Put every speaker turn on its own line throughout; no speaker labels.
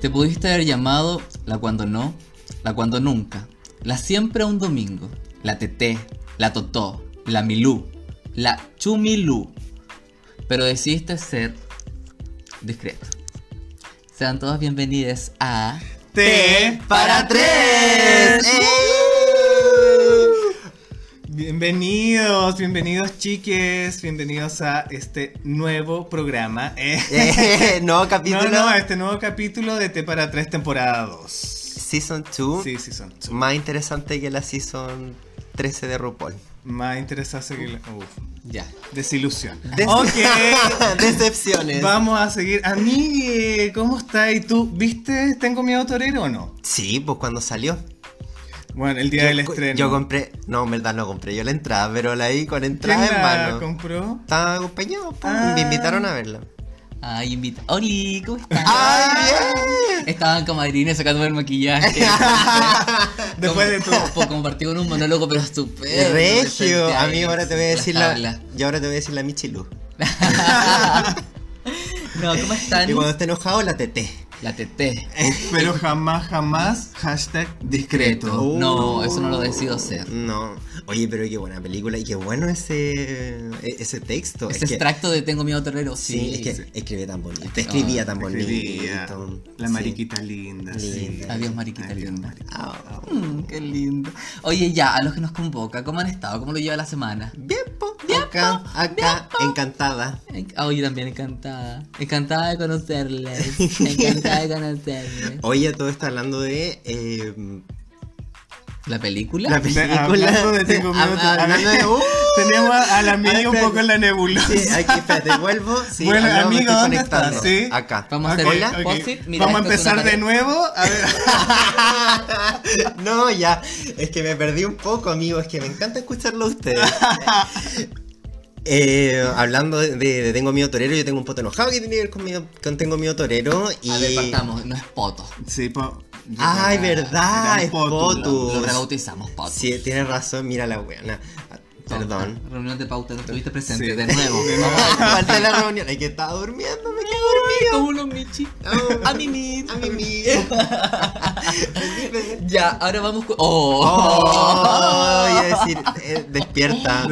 Te pudiste haber llamado la cuando no, la cuando nunca, la siempre a un domingo, la teté, la totó, la milú, la chumilú. Pero decidiste ser discreto. Sean todos bienvenidos a...
T para tres. Uh. Bienvenidos, bienvenidos chiques, bienvenidos a este nuevo programa. eh.
Eh, no,
No,
capítulo.
no, a este nuevo capítulo de T para tres temporada 2.
Season 2.
Sí, sí, son son
Más interesante que la Season 13 de RuPaul.
más interesante que la... uf,
Ya.
uh, desilusión.
Uh. Des-
Ok,
Decepciones.
vamos a seguir. Amigue, ¿cómo está? ¿Y tú viste Tengo Miedo Torero o no?
Sí, pues cuando salió.
Bueno, el día del
co-
estreno.
Yo compré. No, en verdad no compré yo la entrada, pero la vi con
¿Quién
entrada en
la
mano.
compró?
Estaba acompañado, pues,
Ah.
me invitaron a verla.
Ay, invita. ¡Oli! ¿Cómo estás?
¡Ay, bien!
Estaban camarines sacando el maquillaje.
Después de todo.
todo. Compartió un monólogo, pero estupendo.
Regio,
Presente
a
ahí,
mí ahora te voy a
las
decir
tablas.
la. Yo ahora te voy a decir la Michilu.
No, ¿cómo están?
Y cuando esté enojado, la TT.
La TT.
Pero jamás, jamás, hashtag discreto.
Oh.
No, eso no lo decido ser.
No. Oye, pero qué buena película y qué bueno ese. e- ese texto.
Ese
es que-
extracto de Tengo miedo torero,
Sí,
sí.
es que escribe tan bonito. Escribía tan bonito.
Escribía. La
Sí.
mariquita linda. sí.
Linda.
Adiós, mariquita
Adiós,
linda.
mariquita.
Ah,
Mm, qué lindo. Oye, ya, a los que nos convoca, ¿cómo han estado? ¿Cómo lo lleva la semana?
Bien, po. Acá, acá, encantada.
En- ah, Oye, también encantada. Encantada de conocerles. Encantada de conocerles.
Oye, todo está hablando de. eh,
¿La película?
la Ah.
De-
película.
Hablando de Tengo Miedo
Hab- hablando de.
Torero.
Uh,
Teníamos a- al amigo un
espérate.
poco en la nebulosa.
sí, aquí, espérate, vuelvo. Sí,
Bueno,
ahora me
amigo,
estoy
¿dónde
conectando.
estás? Sí.
Acá.
Vamos a
Ok,
hacer
Hola.
ok.
post-it. Mira,
Vamos a
esto es una
empezar de
pared.
nuevo. A ver.
No, ya. Es que me perdí un poco, amigo. Es que me encanta escucharlo a ustedes. Eh, hablando de, de Tengo Miedo Torero, yo tengo un poto enojado que tiene que ver con, miedo- con Tengo Miedo Torero. Y...
A ver, partamos. No es Poto.
Sí, po-
Ay,
era-
verdad,
era un
es
potu.
potu.
Lo rebautizamos Poto.
Sí, tienes razón, mira la weona. Ah, Perdón.
Reunión de pauta, no estuviste presente.
Sí.
De nuevo.
De
Vamos a-
Falta la reunión. Ay, que estaba durmiendo, me quedé
Como los michi.
dormido.
A mimir.
Oh, A mí
Ya, ahora vamos con. ¡Oh!
Oh, iba a decir, eh, despierta.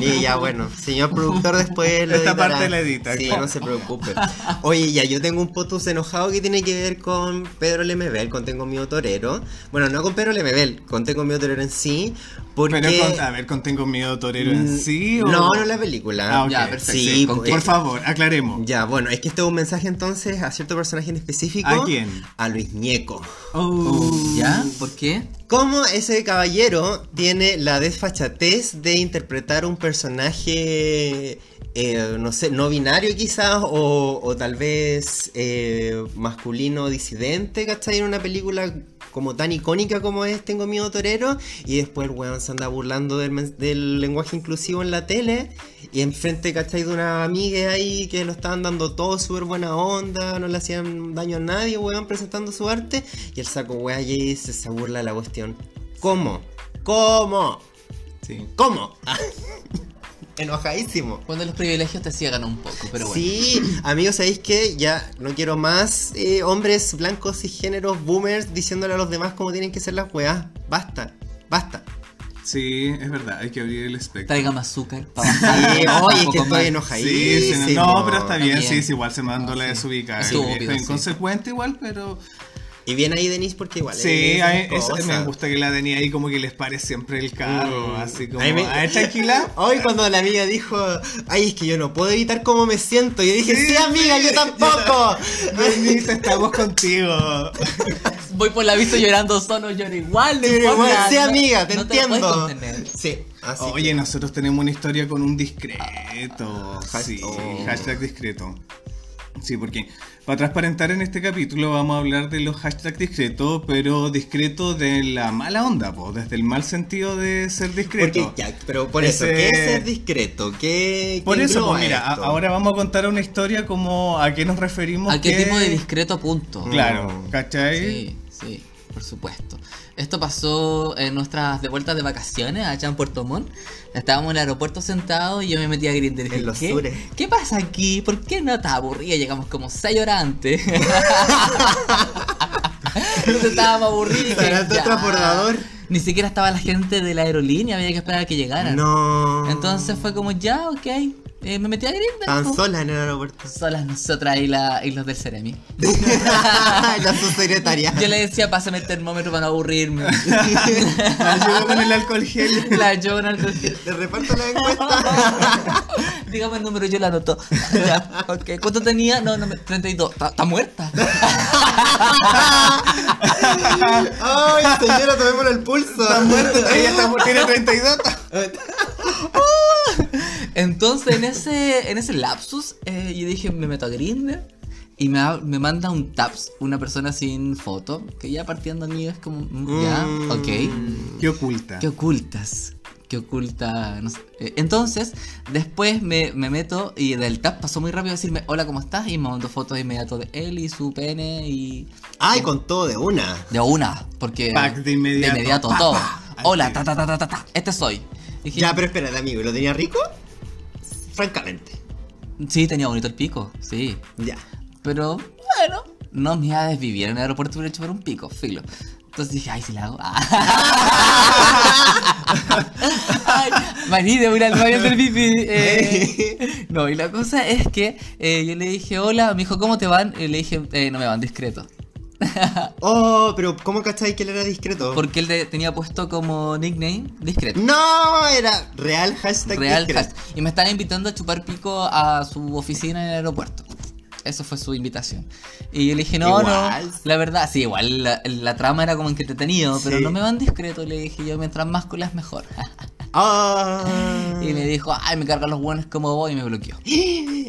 Y ya, bueno, señor productor, después lo
Esta
editará.
parte la edita,
Sí,
claro.
no se preocupe. Oye, ya, yo tengo un potus enojado que tiene que ver con Pedro Lemebel, con Tengo Miedo Torero. Bueno, no con Pedro Lemebel, con Tengo Miedo Torero en sí. Porque...
Pero con- a ver, con Tengo Miedo Torero en sí. o-
Mm, No, no la película.
Ah, ok.
Ya, perfecto.
Sí,
¿Con
pues.
qué?
Por favor, aclaremos.
Ya, bueno, es que este es un mensaje entonces a cierto personaje en específico.
¿A quién?
A Luis Ñeco.
Oh.
¿Ya? ¿Por qué?
¿Cómo ese caballero tiene la desfachatez de interpretar un personaje, eh, no sé, no binario quizás, o, o tal vez eh, masculino disidente, ¿cachai? En una película como tan icónica como es Tengo Miedo Torero, y después el weón se anda burlando del, men- del lenguaje inclusivo en la tele, y enfrente, ¿cachai? De una amiga ahí que lo estaban dando todo, súper buena onda, no le hacían daño a nadie, weón, presentando su arte, y el saco weón allí se, se burla de la cuestión. ¿Cómo? ¿Cómo?
Sí.
¿Cómo? Enojadísimo.
Cuando los privilegios te ciegan un poco, pero bueno.
Sí, amigos, ¿sabéis qué? Ya no quiero más eh, hombres blancos y géneros boomers diciéndole a los demás cómo tienen que ser las weas. Basta, basta.
Sí, es verdad, hay que abrir el espectro.
Traiga más azúcar para
Sí, oye, es que
poco
estoy
más.
Sí,
enojadísimo.
se- no, pero está bien,
También.
sí, sí, igual se mandó la
Ah, sí.
desubicada.
Estuvo
el viejo
obvio, sí.
inconsecuente igual, pero
Y bien ahí, Denise, porque igual.
sí,
eh,
ahí-
esas
eso- me
cosas.
gusta que la tenía ahí como que les pare siempre el carro,
Mm.
así como,
Ahí me-
a ver, tranquila.
Hoy cuando la amiga dijo, ay, es que yo no puedo evitar cómo me siento, yo dije, sí,
Sí,
amiga,
sí,
yo
yo
tampoco.
Denise, estamos contigo.
Voy por la vista llorando solo, lloro igual. no
Pero
importa,
igual, sí,
no-
amiga, te
no lo puedes
entiendo.
contener.
sí, así. que-
Oye, nosotros tenemos una historia con un discreto.
Ah,
sí,
oh.
hashtag discreto. Sí, porque para transparentar en este capítulo vamos a hablar de los hashtags discretos, pero discreto de la mala onda, po, desde el mal sentido de ser discreto.
Porque, ya, pero por eso,
Ese-
¿qué es ser discreto? ¿Qué,
Por
qué
eso,
engloba
pues mira, a-
esto?
ahora vamos a contar una historia como a qué nos referimos.
¿A qué
que-
tipo de discreto punto?
Claro,
Mm.
¿cachai?
Sí, sí, por supuesto. Esto pasó en nuestras de vueltas de vacaciones allá en Puerto Montt. Estábamos en el aeropuerto sentados y yo me metí a gritar.
En los
¿Qué,
sures.
¿Qué pasa aquí? ¿Por qué no te aburrida? Llegamos como 6 horas antes. Entonces estábamos aburridos. y dije,
Barato
"Ya".
transbordador.
Ni siquiera estaba la gente de la aerolínea, había que esperar a que llegaran.
No.
Entonces fue como, ya, ok. Eh, me metí a gritar.
Tan sola en el aeropuerto.
Solas nosotras y, la, y los del Ceremi.
la subsecretaria.
Yo le decía, pásame el termómetro para no aburrirme.
La llevo con el alcohol gel.
la yo no le-
Te reparto la encuesta.
Dígame el número, yo la anoto. Ya, ok. ¿Cuánto tenía? No, no, me- 32. ¿Está está muerta?
¡Ay, señora, tomémosle el pulso!
Está muerto, ella está, tiene 32.
Entonces, en ese, en ese lapsus, eh, yo dije, me meto a Grindr y me, hab- me manda un taps, una persona sin foto, que ya partiendo a mí es como, mm, ya,
Mm.
ok.
¿Qué oculta?
¿Qué ocultas? ¿Qué oculta? No sé. Eh, Entonces, después me, me meto y del tap pasó muy rápido a decirme, hola, ¿cómo estás? Y me mandó fotos de inmediato de él y su pene y...
¡Ay, con todo de una!
De una, porque...
Pack de inmediato.
De inmediato,
Pa,
todo.
pa, al
hola, ta,
tiro.
ta, ta, ta, ta, ta, este soy. Dije,
Ya, pero espérate, amigo, ¿lo tenía rico? Francamente.
sí, tenía bonito el pico, sí.
Ya.
Pero bueno, no me iba a desvivir en el aeropuerto hubiera hecho por un pico, filo. Entonces dije, ay, si la hago. ay, Maní, de ir al baño del bici. eh. No, y la cosa es que eh, yo le dije, hola, me dijo, ¿cómo te van? Y le dije, "Eh, no me van, discreto.
Oh, pero ¿cómo cacháis que él era
Oh.
discreto?
Porque él de- tenía puesto como nickname, discreto.
No, era real hashtag
Real
discreto.
hashtag. Y me estaba invitando a chupar pico a su oficina en el aeropuerto. Eso fue su invitación. Y yo le dije, no,
Igual.
no. La verdad, sí, igual la, la trama era como entretenido, pero
Sí.
no me van discreto. Le dije yo, mientras más colas mejor.
Ah.
y le dijo, ay, me cargan los buenos como vos y me bloqueó.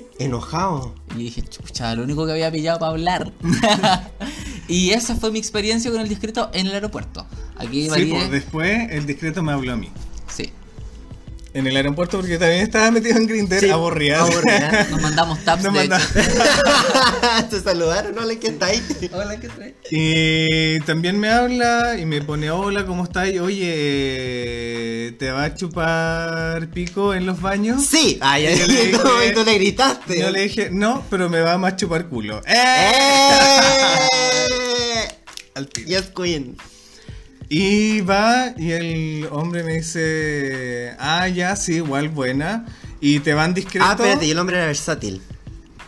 Enojado.
Y yo dije, chucha, lo único que había pillado para hablar. y esa fue mi experiencia con el discreto en el aeropuerto. Aquí
Sí,
María-
pues, después el discreto me habló a mí.
sí.
En el aeropuerto porque yo también estaba metido en Grindr
Sí,
aburrido.
aborreado.
Nos mandamos taps
Nos
de
manda-
hecho.
Te saludaron, hola, ¿qué estáis?
Hola, ¿qué traes?
Y también me habla y me pone, hola, ¿cómo estás? Y, Oye, ¿te va a chupar pico en los baños?
Sí, ay,
Yo le
ay,
dije-
no, y tú le gritaste.
Yo le dije, no, pero me va más chupar culo.
¡Eh!
Al tiro.
Yes, Queen.
Y va y el hombre me dice, ah, ya, sí, igual, buena. Y te van discreto.
Ah, espérate, y el hombre era versátil.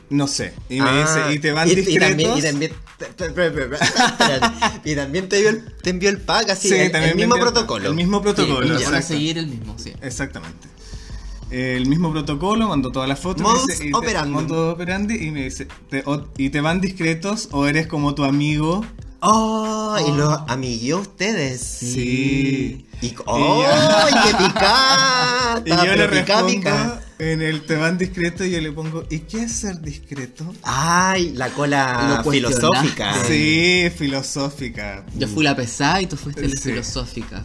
No sé. Y me
Ah,
dice, y te van
y- y
discretos.
también- Y también, espérate, y también te, envió el, te envió el pack, así,
Sí,
el- el,
también me
mismo
envió-
protocolo.
El mismo protocolo.
Sí, van a
exacto.
seguir el mismo, sí.
Exactamente. El mismo protocolo, mandó todas las fotos.
Modus
me dice, y te-
operandi.
modus operandi, y me dice, te- o- ¿y te van discretos o eres como tu amigo?
Oh, y los amiguió ustedes.
Sí.
Y, ¡Oh, y qué picata!
Y yo le
Ah, pero pica,
respondo
pica.
en el te van discreto y yo le pongo, ¿y qué es ser discreto?
Ay, la cola
Lo cuestionaste.
filosófica.
Sí, filosófica.
Yo fui la pesada y tú fuiste la
Sí.
filosófica.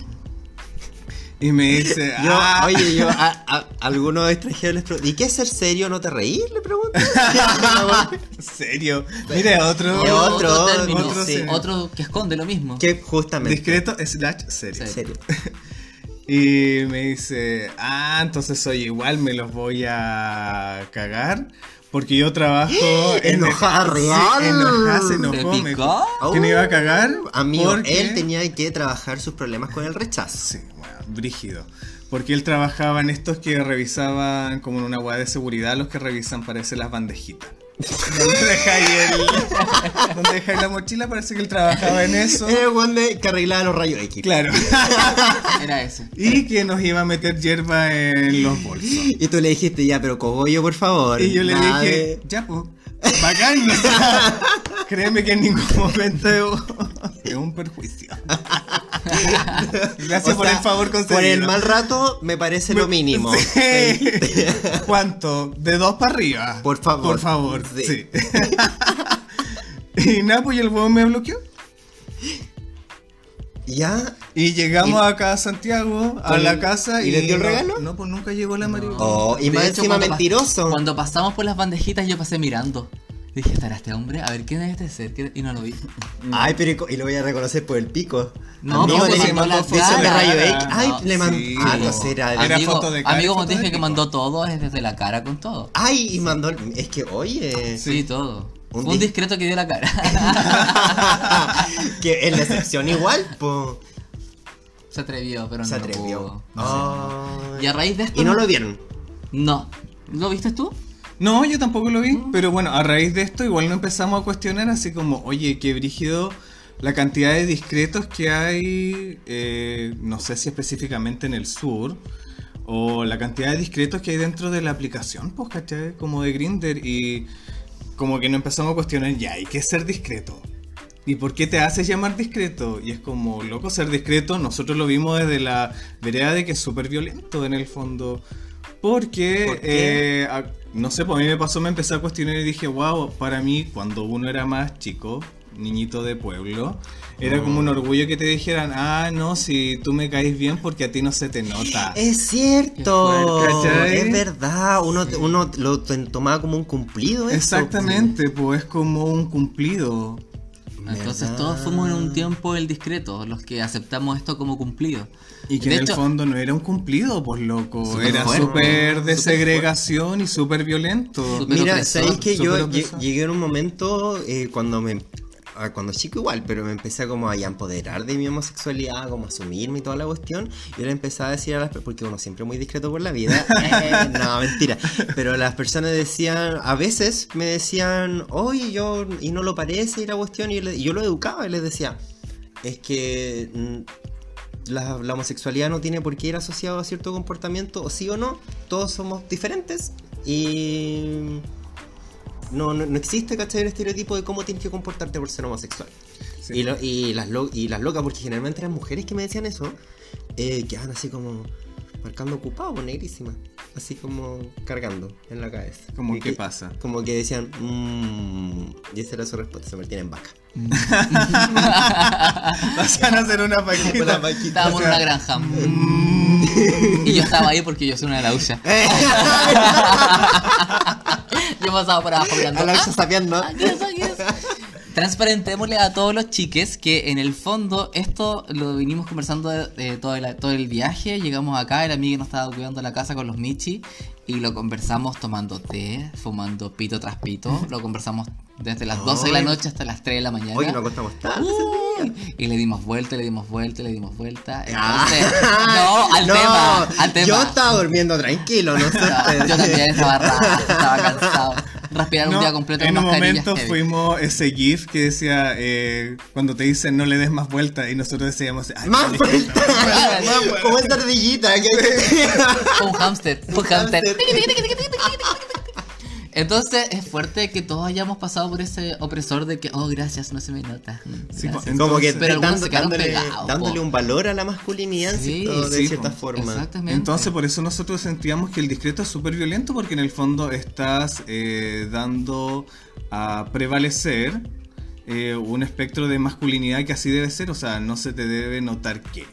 Y me dice,
Yo,
"Ah".
Oye, yo a, a- algunos extranjeros les pregunto, ¿y qué es ser serio? ¿No te reír? Le pregunto.
¿En serio? Mira, otro.
Y otro,
término,
otro,
sí,
sí.
otro que esconde lo mismo.
que justamente.
Discreto slash serio.
Sí.
Serio.
Y me dice, ah, entonces soy igual, me los voy a cagar. Porque yo trabajo en...
Enojada
Sí,
real. Oh,
enojada, se
¿Te
enojó. me
picó?
dijo que me iba a cagar.
Amigo,
porque-
él tenía que trabajar sus problemas con el rechazo.
Sí, bueno, brígido. Porque él trabajaba en estos que revisaban como en una guada de seguridad, los que revisan parece las bandejitas. Donde dejáis el- donde dejáis la mochila, parece que él trabajaba en eso.
Era el weón de- que arreglaba los rayos X.
Claro.
Era ese.
Y que nos iba a meter hierba en los bolsos.
Y tú le dijiste, ya, pero cogollo, por favor.
Y yo le
nada
dije,
de-
ya, pues, bacán. o sea, créeme que en ningún momento es un perjuicio. Gracias
O
por
sea,
el favor concedido.
Por el mal rato, me parece lo mínimo.
Sí. ¿Cuánto? De dos para arriba.
Por favor.
Por favor,
Sí.
sí. y nada, pues y el huevo me bloqueó.
¿Ya?
Y llegamos acá a Santiago, a
¿Con
la
el-
casa.
y le dio el
no-
regalo?
No, pues nunca llegó la marihuana.
Oh, y
De
más
hecho,
encima
cuando pas-
mentiroso.
cuando pasamos por las bandejitas yo pasé mirando. Dije, ¿estará este hombre? A ver, ¿quién es este ser? ¿Quién- Y no lo vi.
Ay, pero y co- y lo voy a reconocer por el pico.
No,
Amigo,
porque
le
mandó
mandó
la
foto de
cara.
Rayo X.
No,
Ay, le mandó.
sí.
Ah, no será.
Era
amigo,
foto de cara y
amigo
foto
Montes
de
que
pico.
mandó todo, es desde la cara con todo.
Ay, y mandó. Es que, oye.
Sí, todo.
Un
Fue un
dis-
discreto que dio la cara.
que en la excepción igual, po.
Se atrevió, pero
Se
no
atrevió. Ah.
pudo. Sí. Y a raíz de esto.
Y no lo vieron.
No. ¿Lo viste tú?
No, yo tampoco lo vi, pero bueno, a raíz de esto igual nos empezamos a cuestionar así como, oye, qué brígido la cantidad de discretos que hay, eh, no sé si específicamente en el sur, o la cantidad de discretos que hay dentro de la aplicación, pues, ¿cachai? Como de Grinder y como que nos empezamos a cuestionar, ya, hay que ser discreto. ¿Y por qué te haces llamar discreto? Y es como, loco, ser discreto, nosotros lo vimos desde la vereda de que es súper violento en el fondo. Porque,
¿Por qué?
eh, a- no sé, pues a mí me pasó, me empecé a cuestionar y dije, wow, para mí, cuando uno era más chico, niñito de pueblo, era como
Mm.
un orgullo que te dijeran, ah, no, si tú me caes bien porque a ti no se te nota.
Es cierto.
Qué fuerte, ¿cachai?
Es verdad. Uno, uno lo t- tomaba como un cumplido. eso,
Exactamente, pues es como un cumplido.
po.
Entonces
¿Verdad?
todos fuimos en un tiempo el discreto, los que aceptamos esto como cumplido.
Y que
De
en
hecho-
el fondo no era un cumplido, pues loco.
Súper
era
fuerte.
súper de
Súper
segregación y súper violento.
Súper-
Mira,
opresor,
sabéis que
súper
yo
opresor.
lle- llegué en un momento eh, cuando me. ah, Cuando chico igual, pero me empecé a como a ya empoderar de mi homosexualidad, como a asumirme y toda la cuestión. Yo le empezaba a decir a las personas, porque uno siempre es muy discreto por la vida, eh, no, mentira. Pero las personas decían, a veces me decían, oye, yo, y no lo parece, y la cuestión, y yo, le- y yo lo educaba y les decía, es que mm, la, la homosexualidad no tiene por qué ir asociado a cierto comportamiento, o sí o no, todos somos diferentes y no, no, no existe, ¿cachai? El estereotipo de cómo tienes que comportarte por ser homosexual.
Sí.
Y, lo- y las lo- y las locas, porque generalmente eran mujeres que me decían eso, eh, quedaban así como marcando ocupado, pues, negrísima, así como cargando en la cabeza.
Como,
Y
¿qué pasa?
Como que decían, mmm, y esa era su respuesta, se tienen en vaca.
Pasan a hacer una paquita. mm,
Estábamos en una granja. Y yo estaba ahí porque yo soy una laucha. Yo pasaba por abajo mirando.
A la vez sabiendo.
"Ah, ¿qué es eso? ¿Qué es eso?". Transparentémosle a todos los chiques que en el fondo esto lo vinimos conversando eh, todo, el, todo el viaje. Llegamos acá, el amigo nos estaba cuidando la casa con los Michi y lo conversamos tomando té, fumando pito tras pito. Lo conversamos desde las 12 de la
Ay.
noche hasta las 3 de la mañana.
Hoy nos acostamos tarde.
Uy, Y le dimos vuelta, le dimos vuelta, le dimos vuelta.
Ah.
Entonces, no, al
No,
tema, al tema.
Yo estaba durmiendo tranquilo, no sé.
No,
ustedes.
yo también estaba raja, estaba cansado. Respirar un
No,
día completo
en
con
un
mascarillas
momento
heavy.
fuimos ese GIF que decía eh, cuando te dicen no le des más vuelta y nosotros decíamos "Ay,
Más vuelta. Más- Como esa ardillita que hay
Fue un hámster, fue un hámster.
hámster.
Entonces, es fuerte que todos hayamos pasado por ese opresor de que, oh, gracias, no se me nota. Mm,
Sí,
gracias.
pues,
que- Como que
Entonces-
Pero algunos
dando-
se quedaron
dándole,
pegados,
dándole
po.
un valor a la masculinidad en
Sí,
cierto- de
sí,
cierta
po.
forma.
Exactamente.
Entonces por eso nosotros sentíamos que el discreto es súper violento porque en el fondo estás eh, dando a prevalecer eh, un espectro de masculinidad que así debe ser, o sea, no se te debe notar qué.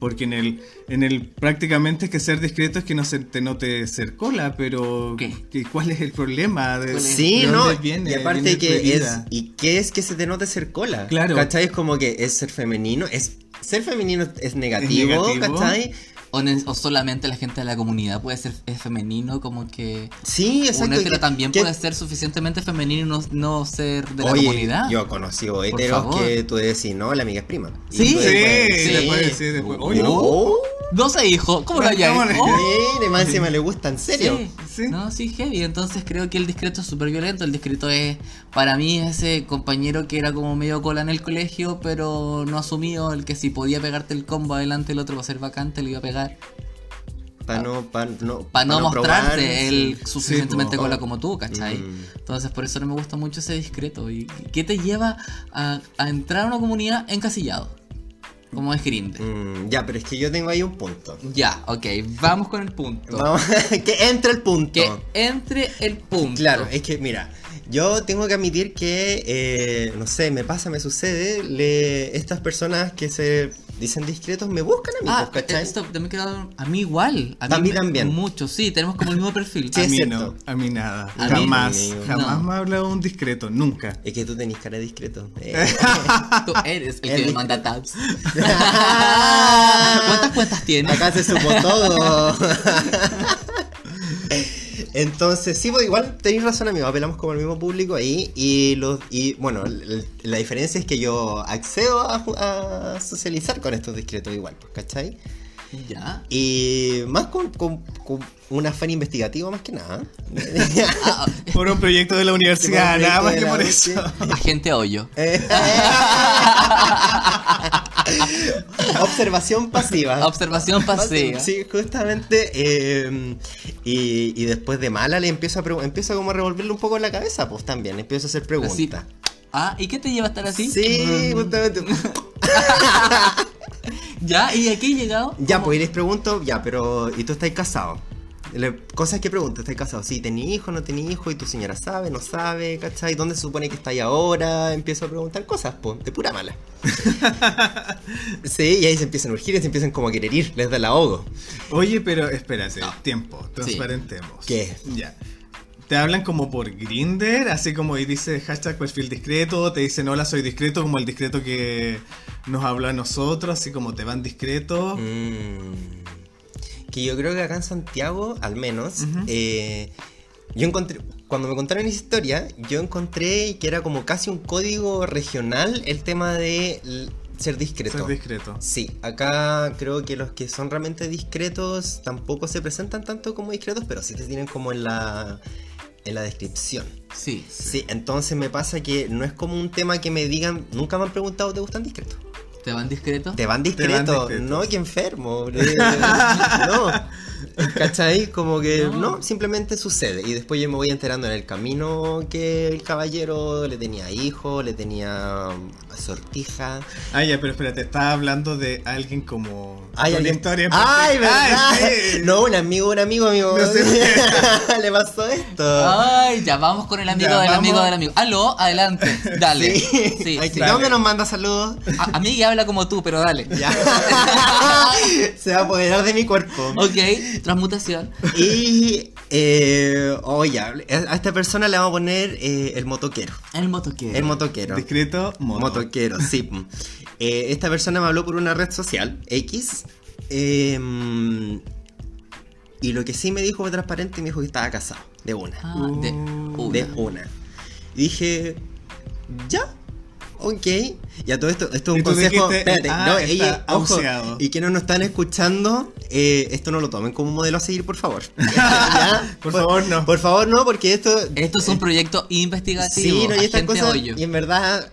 Porque en el, en el prácticamente es que ser discreto es que no se te note ser cola, pero
¿Qué?
¿qué- ¿cuál es el problema? De,
¿Cuál es?
Sí,
de
no.
dónde viene?
y aparte
Viene
que
prohibida.
es. ¿Y qué es que se te note ser cola?
Claro.
¿Cachai? Es como que es ser femenino. Es, ser femenino es negativo,
negativo.
¿cachai?
O, ne- o solamente la gente de la comunidad puede ser es femenino, como que.
Sí, exacto.
un
y
hétero
que-
también
que-
puede ser suficientemente femenino y no, no ser de la
Oye,
comunidad.
Yo conocí heteros
favor.
que tú decís, no, la amiga es prima. Y
Sí. Oh.
tú
Sí,
después- "Oh,
Sí.
después decir después. Oye,
no.
no.
No sé, hijo, ¿cómo lo halláis?
Cámara.
Oh,
Mira, más encima le gusta, en serio.
Sí,
Sí.
No, sí, heavy. Entonces creo que el discreto es súper violento. El discreto es, para mí, ese compañero que era como medio cola en el colegio, pero no asumió el que si podía pegarte el combo adelante, el otro va a ser vacante, le iba a pegar.
Para no, pa no,
Para
pa
no,
probar,
mostrarte
sí.
el suficientemente
po.
cola como tú, ¿cachai?
Mm.
Entonces por eso no me gusta mucho ese discreto. ¿Y qué te lleva a, a entrar a una comunidad encasillado? Como es Grindr.
Mm, ya, pero es que yo tengo ahí un punto.
Ya, ok, vamos con el punto.
Vamos, que entre el punto.
Que entre el punto.
Claro, es que mira, yo tengo que admitir que, eh, no sé, me pasa, me sucede, le, estas personas que se dicen discretos, me buscan a mí,
Ah,
pues, ¿cachai?
esto también quedó a mí igual. A mí,
A mí
me-
también.
Mucho, sí, tenemos como el mismo perfil.
Sí,
a
es
mí
cierto.
no, a mí nada.
A mí
jamás,
no.
jamás
No.
me ha hablado un discreto, nunca.
Es que tú tenés cara de discreto. Eh.
Ah, Tú eres el que
Él-
me manda tabs.
Ah.
¿Cuántas cuentas tienes?
Acá se supo todo. Entonces, sí, pues igual tenéis razón, amigos. Apelamos como al mismo público ahí. Y, los, y bueno, l- l- la diferencia es que yo accedo a, ju- a socializar con estos discretos igual, pues, ¿cachai?
Ya.
Y más con, con- con un afán investigativo, más que nada. Eh,
Por un proyecto de la universidad, nada más que por
Sí.
eso.
Agente hoyo.
Eh. Observación pasiva.
Observación pasiva.
Sí, justamente. eh, y, y después de mala le empiezo a pregu- empiezo como a revolverle un poco en la cabeza, pues también. Empiezo a hacer
Así.
preguntas.
Ah, ¿y qué te lleva a estar así? Mm.
Sí, pues, justamente.
Ya, ¿y aquí he llegado?
ya, pues y les pregunto, ya, pero. ¿Y tú estás casado? Le- cosas que pregunto, ¿estás casado? Sí, ¿tení hijo, no tení hijo? ¿Y tu señora sabe, no sabe? ¿Cachai? ¿Dónde se supone que estáis ahora? Empiezo a preguntar cosas, pues, de pura mala. sí, y ahí se empiezan a urgir y se empiezan como a querer ir, les da el ahogo.
Oye, pero espérate, tiempo, transparentemos.
¿Qué?
Ya. Te hablan como por Grinder, así como y dice hashtag perfil discreto, te dicen hola soy discreto, como el discreto que nos habló a nosotros, así como te van discreto.
Mm. Que yo creo que acá en Santiago, al menos,
Ujú.
eh, yo encontré, cuando me contaron esa historia, yo encontré que era como casi un código regional el tema de l- ser discreto.
Ser discreto.
Sí, acá creo que los que son realmente discretos tampoco se presentan tanto como discretos, pero sí te tienen como en la, en la descripción.
Sí.
Sí, entonces me pasa que no es como un tema que me digan, nunca me han preguntado, ¿te gustan discretos?
¿Te van discreto?
Te van
Te van
discreto.
discreto.
No, que enfermo. bro. no. ¿Cachai? Como que no.
No.
simplemente sucede. Y después yo me voy enterando en el camino que el caballero le tenía hijo, le tenía um, sortija.
Ah, ya, pero espérate, estaba hablando de alguien como...
Ay,
con
alguien-
historia en
Ay,
particular.
verdad.
Ay, sí.
No, un amigo, un amigo, amigo.
No sé.
le pasó esto.
Ay, ya vamos con el amigo
Ya,
del
vamos.
amigo del amigo. Aló, adelante. Dale.
Sí.
Sí. sí,
Ay, que-
Dale.
¿Dónde nos manda saludos?
A, a mí que habla como tú, pero dale.
Ya. Se va a apoderar de mi cuerpo.
Ok, transmutación.
Y, eh, oye, a esta persona le vamos a poner eh, el motoquero.
El motoquero.
El motoquero.
Discreto, moto.
Motoquero, sí. Eh, esta persona me habló por una red social, X. em, y lo que sí me dijo fue transparente y me dijo que estaba casado. De una.
Ah, de una.
De una. Y dije, ya. Ok. Y a todo esto, esto es un
Y tú
consejo.
dijiste,
espérate,
ah,
no,
está
ella, ojo,
auseado.
y que no nos están escuchando, eh, esto no lo tomen como un modelo a seguir, por favor. ¿Ya?
Por favor, no.
Por favor, no, porque esto.
Esto es un proyecto investigativo.
Sí, no, y estas
agente
cosas.
hoyo.
Y en verdad,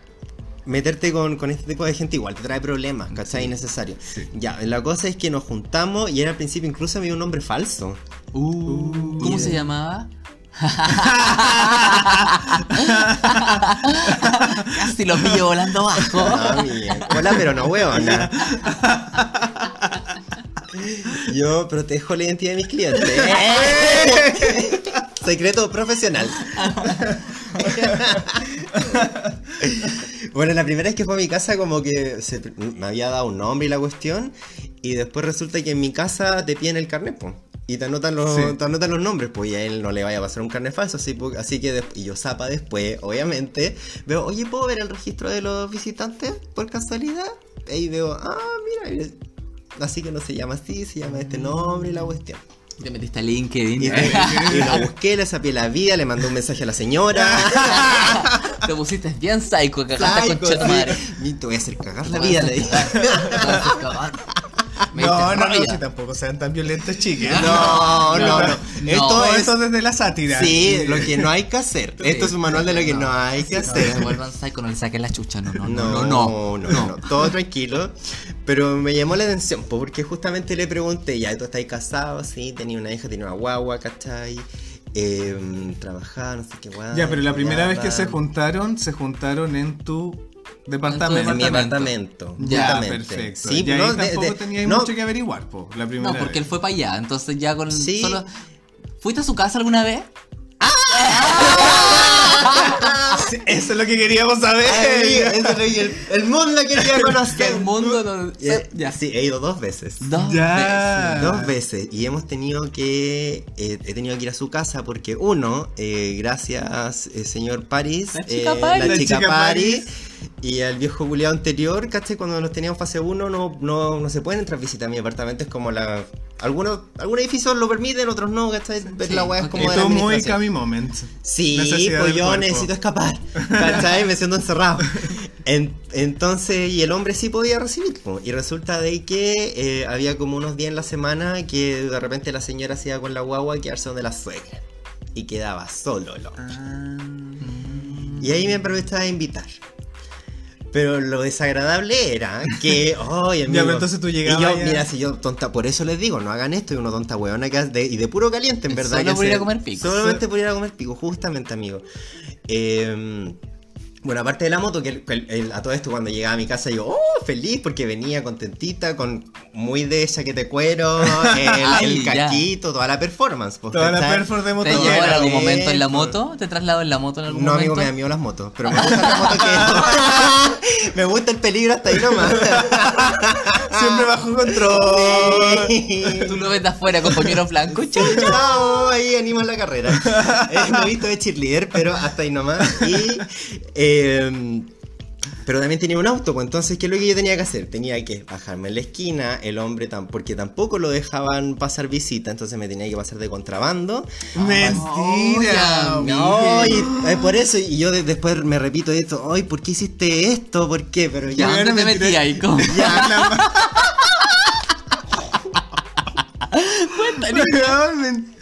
meterte con, con este tipo de gente igual te trae problemas, ¿cachai? Innecesario.
Sí.
Ya, la cosa es que nos juntamos y era al principio incluso había un nombre falso.
Uh.
¿Cómo
y-
se llamaba? Casi lo pillo volando bajo.
Ah, bien. Hola, pero no huevona. Yo protejo la identidad de mis clientes. Secreto profesional. Bueno, la primera vez que fue a mi casa como que se- me había dado un nombre y la cuestión y después resulta que en mi casa te piden el carnet, po, Y te anotan, los,
Sí.
te anotan los nombres, pues y a él no le vaya a pasar un carnet falso, así, po- así que des- y yo zapa después, obviamente, veo, oye, ¿puedo ver el registro de los visitantes por casualidad? Y veo, ah, mira, así que no se llama así, se llama este nombre y la cuestión.
Te metiste a LinkedIn.
Y, y lo busqué, le sapé la vida, le mandé un mensaje a la señora.
Te pusiste bien psycho, cagaste
Psycho,
con tu madre.
sí. Y Te voy a hacer cagar la vida, le dije.
Te voy a hacer cagar. Me
No,
diste
no, no,
rabia.
si tampoco sean tan violentos, chicas.
No, no, no.
no.
Esto
Todo
es.
eso desde la sátira.
Sí, lo que no hay que hacer.
Sí.
Esto es un manual de lo que no hay que
No, no se
hacer.
vuelvan psycho, no le saquen la chucha. No, no, no,
No,
no. no.
no, no. Todo tranquilo. Pero me llamó la atención, po, porque justamente le pregunté, ya, ¿tú estás casado? Sí, tenía una hija, tenía una guagua, ¿cachai? Eh, trabajaba, no sé qué guagua.
Ya, pero la primera vez que se
juntaron
juntaron, se juntaron en tu departamento.
En mi
departamento.
apartamento.
Ya,
Ya,
justamente.
perfecto.
Sí,
y ahí
no, de-
tampoco
de-
teníais
no,
mucho que averiguar, po, la primera
No, porque él
vez.
fue para allá, entonces ya con
Sí.
solo... ¿Fuiste a su casa alguna vez?
Sí, Eso es lo que queríamos saber.
Ay, eso es lo que eh, el, el mundo quería conocer.
El mundo lo-
Ya,
ya.
Sí, he ido dos veces.
Dos
Ya.
Dos veces. Y hemos tenido que. eh, he tenido que ir a su casa porque, uno, eh, gracias, eh, señor París.
La
eh,
chica París.
la
La
chica
chica
París, Y al viejo culiado anterior, ¿cachai? Cuando nos teníamos fase 1, no, no, no se pueden entrar visitas a mi apartamento. Es como la. Algunos, algunos edificios lo permiten, otros no, ¿cachai? Ver la weá es
ok.
como. de la
Esto es muy
administración.
Cami Moment.
Sí,
Necesidad
pues
del
yo
cuerpo.
necesito escapar. ¿Cachai? Me siento encerrado. En- entonces, y el hombre sí podía recibir. po. Y resulta de que eh, había como unos días en la semana que de repente la señora se iba con la guagua a quedarse donde la suegra. Y quedaba solo el hombre. Y ahí me aprovechaba de invitar. Pero lo desagradable era que, ay, amigo.
Ya, pero entonces tú llegabas
Y yo,
ya-
mira, si yo tonta, por eso les digo, no hagan esto y uno tonta hueona que hace de- y de puro caliente, en verdad.
Solo
que
por ir
se-
a comer pico.
Solamente por ir a comer pico, justamente, amigo. Eh, bueno, aparte de la moto, que el- que el- el- a todo esto cuando llegaba a mi casa yo, oh, feliz, porque venía contentita, con muy de chaqueta de cuero, el, el
Ay, ya.
caquito, toda la performance. pues,
Toda la
¿cachai?
performance de
¿Te llevó
motor.
en algún
Bien,
momento en la
pues.
moto? ¿Te traslado en la moto en algún
No,
momento?
amigo, me da miedo las motos, pero me gusta la moto que Me gusta el peligro hasta ahí nomás.
Siempre bajo control.
Sí.
Tú lo ves de afuera, compañero blanco. chao.
Chao, ahí animas la carrera. Eh, me he visto de cheerleader, pero hasta ahí nomás. Y, eh, pero también tenía un auto, pues entonces, ¿qué es lo que yo tenía que hacer? Tenía que bajarme en la esquina, el hombre, tam- porque tampoco lo dejaban pasar visita, entonces me tenía que pasar de contrabando.
Mentira.
No,
Miguel.
y eh, por eso, y yo de- después me repito esto, ay, ¿por qué hiciste esto? ¿Por qué? Pero
¿Y a
ya.
dónde te
mentira.
metí ahí? ¿Cómo?
Ya. Weón, men-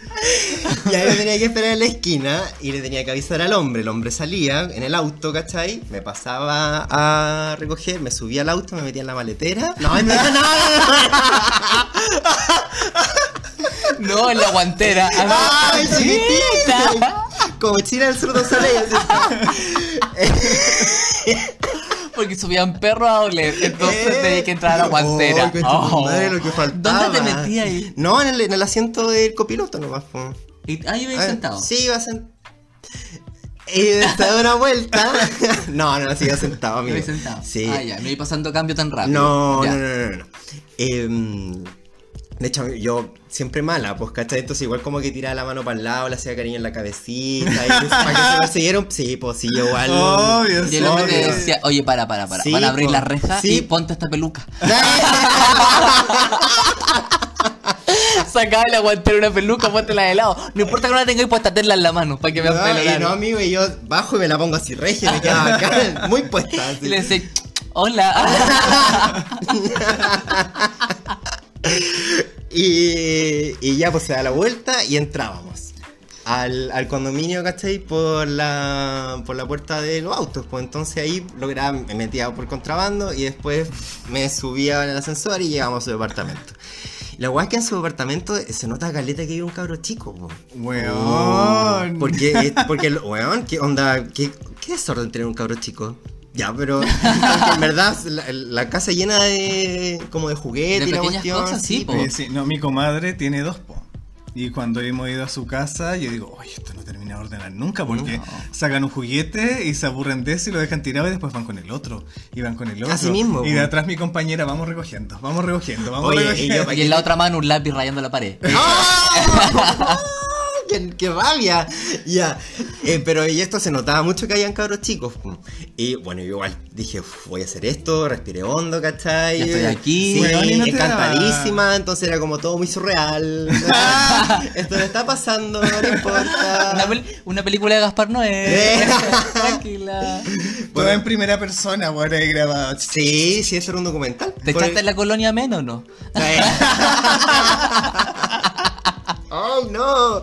Y ahí me tenía que esperar en la esquina y le tenía que avisar al hombre. El hombre salía en el auto, ¿cachai? Me pasaba a recoger, me subía al auto, me metía en la maletera. No, no, no, no.
No, en la guantera.
Ah,
A ver,
¡Ay, chiquitita! Como China del Sur de Soleil. así.
Porque subían perros a oler. Entonces
Eh.
tenía que entrar a la guantera.
Ay, concha tu
Oh.
madre, lo que faltaba.
¿Dónde te metí ahí?
No, en el, en el asiento del copiloto nomás. po.
Y- Ahí me he
Ah,
sentado.
Sí, iba sentado. Y se da una vuelta. no, no, sí, iba sentado,
Me
amigo.
he sentado.
Sí.
Ah, ya. Me iba pasando cambio tan rápido.
No,
Ya.
no, no, no, no. Em, de hecho, yo siempre mala, pues, ¿cachai? Entonces igual como que tiraba la mano para el lado, le hacía cariño en la cabecita, y para que se persiguieron. Sí, pues sí, igual.
Obvio,
Y el hombre te
Obvio.
decía, oye, para, para, para.
Sí,
Van a abrir
po.
la reja
Sí.
y ponte esta peluca. Sacaba la guantera una peluca, póntela de lado. No importa que no la tengáis puesta, tenla en la mano para que me
No, y
apelaran.
no, amigo, y yo bajo y me la pongo así regia, y me queda bacán, muy puesta. así.
Y le decía, hola.
Y, y ya pues se da la vuelta y entrábamos al, al condominio, ¿cachai? Por la, por la puerta de los autos. Pues entonces ahí lograba, me metía por contrabando y después me subía en el ascensor y llegábamos a su departamento. La guay es que en su departamento eh, se nota caleta que vive un cabro chico, po.
Weón.
Porque, eh, porque, el- weón, ¿qué onda? ¿Qué, qué desorden tener un cabro chico? Ya, pero porque en verdad la, la casa llena de como de juguetes
De
y la
pequeñas
cuestión.
cosas, sí, po.
Oye, sí, no, mi comadre tiene dos, po. Y cuando hemos ido a su casa, yo digo, oye, esto no termina de ordenar nunca, porque
No.
sacan un juguete y se aburren de eso y lo dejan tirado y después van con el otro. Y van con el otro.
Así mismo,
Y de
po.
atrás mi compañera, vamos recogiendo, vamos recogiendo, vamos
Oye, y
recogiendo.
yo-
y en la otra mano un lápiz rayando la pared.
¡Ah! ¡Qué, qué rabia! Ya. Eh, pero y esto se notaba mucho que hayan cabros chicos. Y bueno, yo igual dije, "Uf, voy a hacer esto, respiré hondo, ¿cachai?
Ya estoy aquí.
Sí,
Weón, y no te
encantadísima, entonces era como todo muy surreal. esto me está pasando, no
Una,
importa.
pel- una película de Gaspar Noé.
Eh.
Tranquila.
Todo en primera persona, bueno, ahí grabado.
Sí, sí, eso era un documental.
¿Te
Por-
echaste en la colonia menos o no?
¡Ay, no!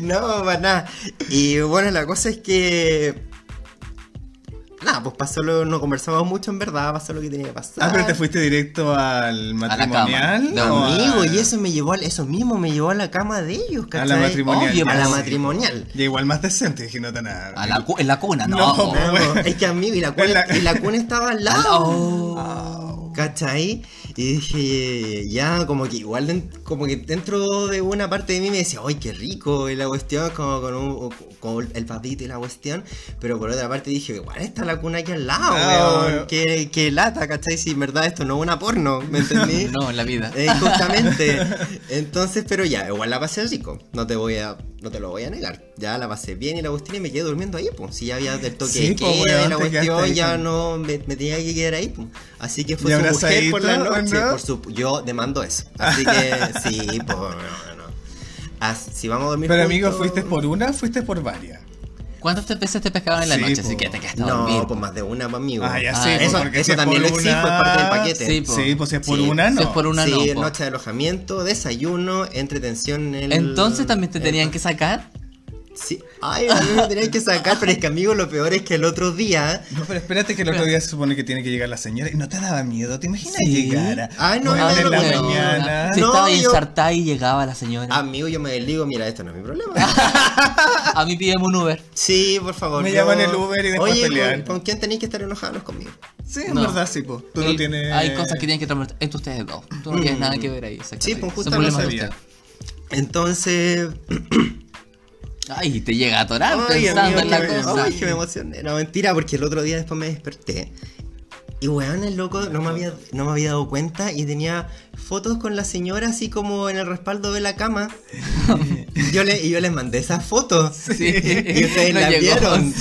No, para nada. Y bueno, la cosa es que. Nada, pues pasó lo. No conversamos mucho en verdad, pasó lo que tenía que pasar.
Ah, pero te fuiste directo al
cama.
matrimonial.
No,
o a-
Amigo, y eso me llevó al- eso mismo me llevó a la cama de ellos,
ah. A
¿cachai?
la matrimonial. Ah,
Obvio,
A la
pues.
matrimonial.
Ya igual más decente, dije, no tan nada.
A la cu- en la cuna, no.
No,
po.
Oh, Bueno.
Vamos, Es que amigo, y la cuna,
La-
y la cuna estaba al lado.
Oh.
¿Cachai? Y dije, ya, como que igual den- como que dentro de una parte de mí me decía, ¡ay, qué rico! Y la cuestión, como con, un- con el papito y la cuestión. Pero por otra parte dije, igual está la cuna aquí al lado,
No,
weón.
weón.
Qué, qué lata, ¿cachai? Si en verdad esto no es una porno, ¿me entendí?
No, en la vida.
Eh, justamente. Entonces, pero ya, igual la pasé rico. No te voy a, no te lo voy a negar. Ya la pasé bien y la cuestión y me quedé durmiendo ahí, pues. Si ya había del toque
Sí,
de
po,
queda
weón,
y la
te quedaste
cuestión,
ahí
ya
con-
no me, me tenía que quedar ahí, pues. Así que fue
¿Y
su mujer por la
abrazadito,
noche.
no?
por su- yo demando eso. Así que sí, pues. No, no, no. As- si vamos a dormir
Pero amigo,
juntos-
¿fuiste por una fuiste por varias?
¿Cuántas veces te pescaban en la
Sí,
noche?
po.
Así que te quedaste a dormir.
No, pues más de una, pues, amigo.
Ah, ya
Ah,
sí,
ya.
pues,
Eso-
porque
eso
si es
también
por
lo exige,
una-
fue parte del paquete.
Sí, po.
Sí, pues si es por
Sí,
una,
si
no.
es por una,
sí,
no. pues. po.
noche de alojamiento, desayuno, entretención en el...
Entonces también te
el-
tenían que sacar.
Sí. Ay, a mí me tenían que sacar, pero es que amigo, lo peor es que el otro día.
No, pero espérate que el otro día se supone que tiene que llegar la señora y no te daba miedo, ¿te imaginas
Sí.
llegar? a
Ay, no,
nueve
no,
de la
no, no, no.
mañana.
Ah, Si
No,
estaba ahí
yo-
ensartada y llegaba la señora.
Amigo, yo me desligo, mira, esto no es mi problema.
A mí pídeme un Uber.
Sí, por favor.
Me
yo-
llaman el Uber y después
Oye,
pelean.
¿con, con quién tenéis que estar enojados conmigo?
Sí, en
No.
verdad sí, pues. Tú no
Y
tienes.
Hay cosas que tienen que transmitir entre ustedes dos. Tú no tienes nada que ver ahí. sácate
Sí,
ahí.
pues,
Son
justo
problemas
no
de
sabía.
ustedes.
Entonces.
Ay, te llega a atorar
Ay,
pensando
amigo,
en
que
la
me-
cosa.
ay, que me emocioné. No, mentira, porque el otro día después me desperté. Y weón, el loco no me, había, no me había dado cuenta y tenía fotos con la señora así como en el respaldo de la cama. Y yo, le, y yo les mandé esas fotos. Y ustedes
No
la
llegó.
vieron.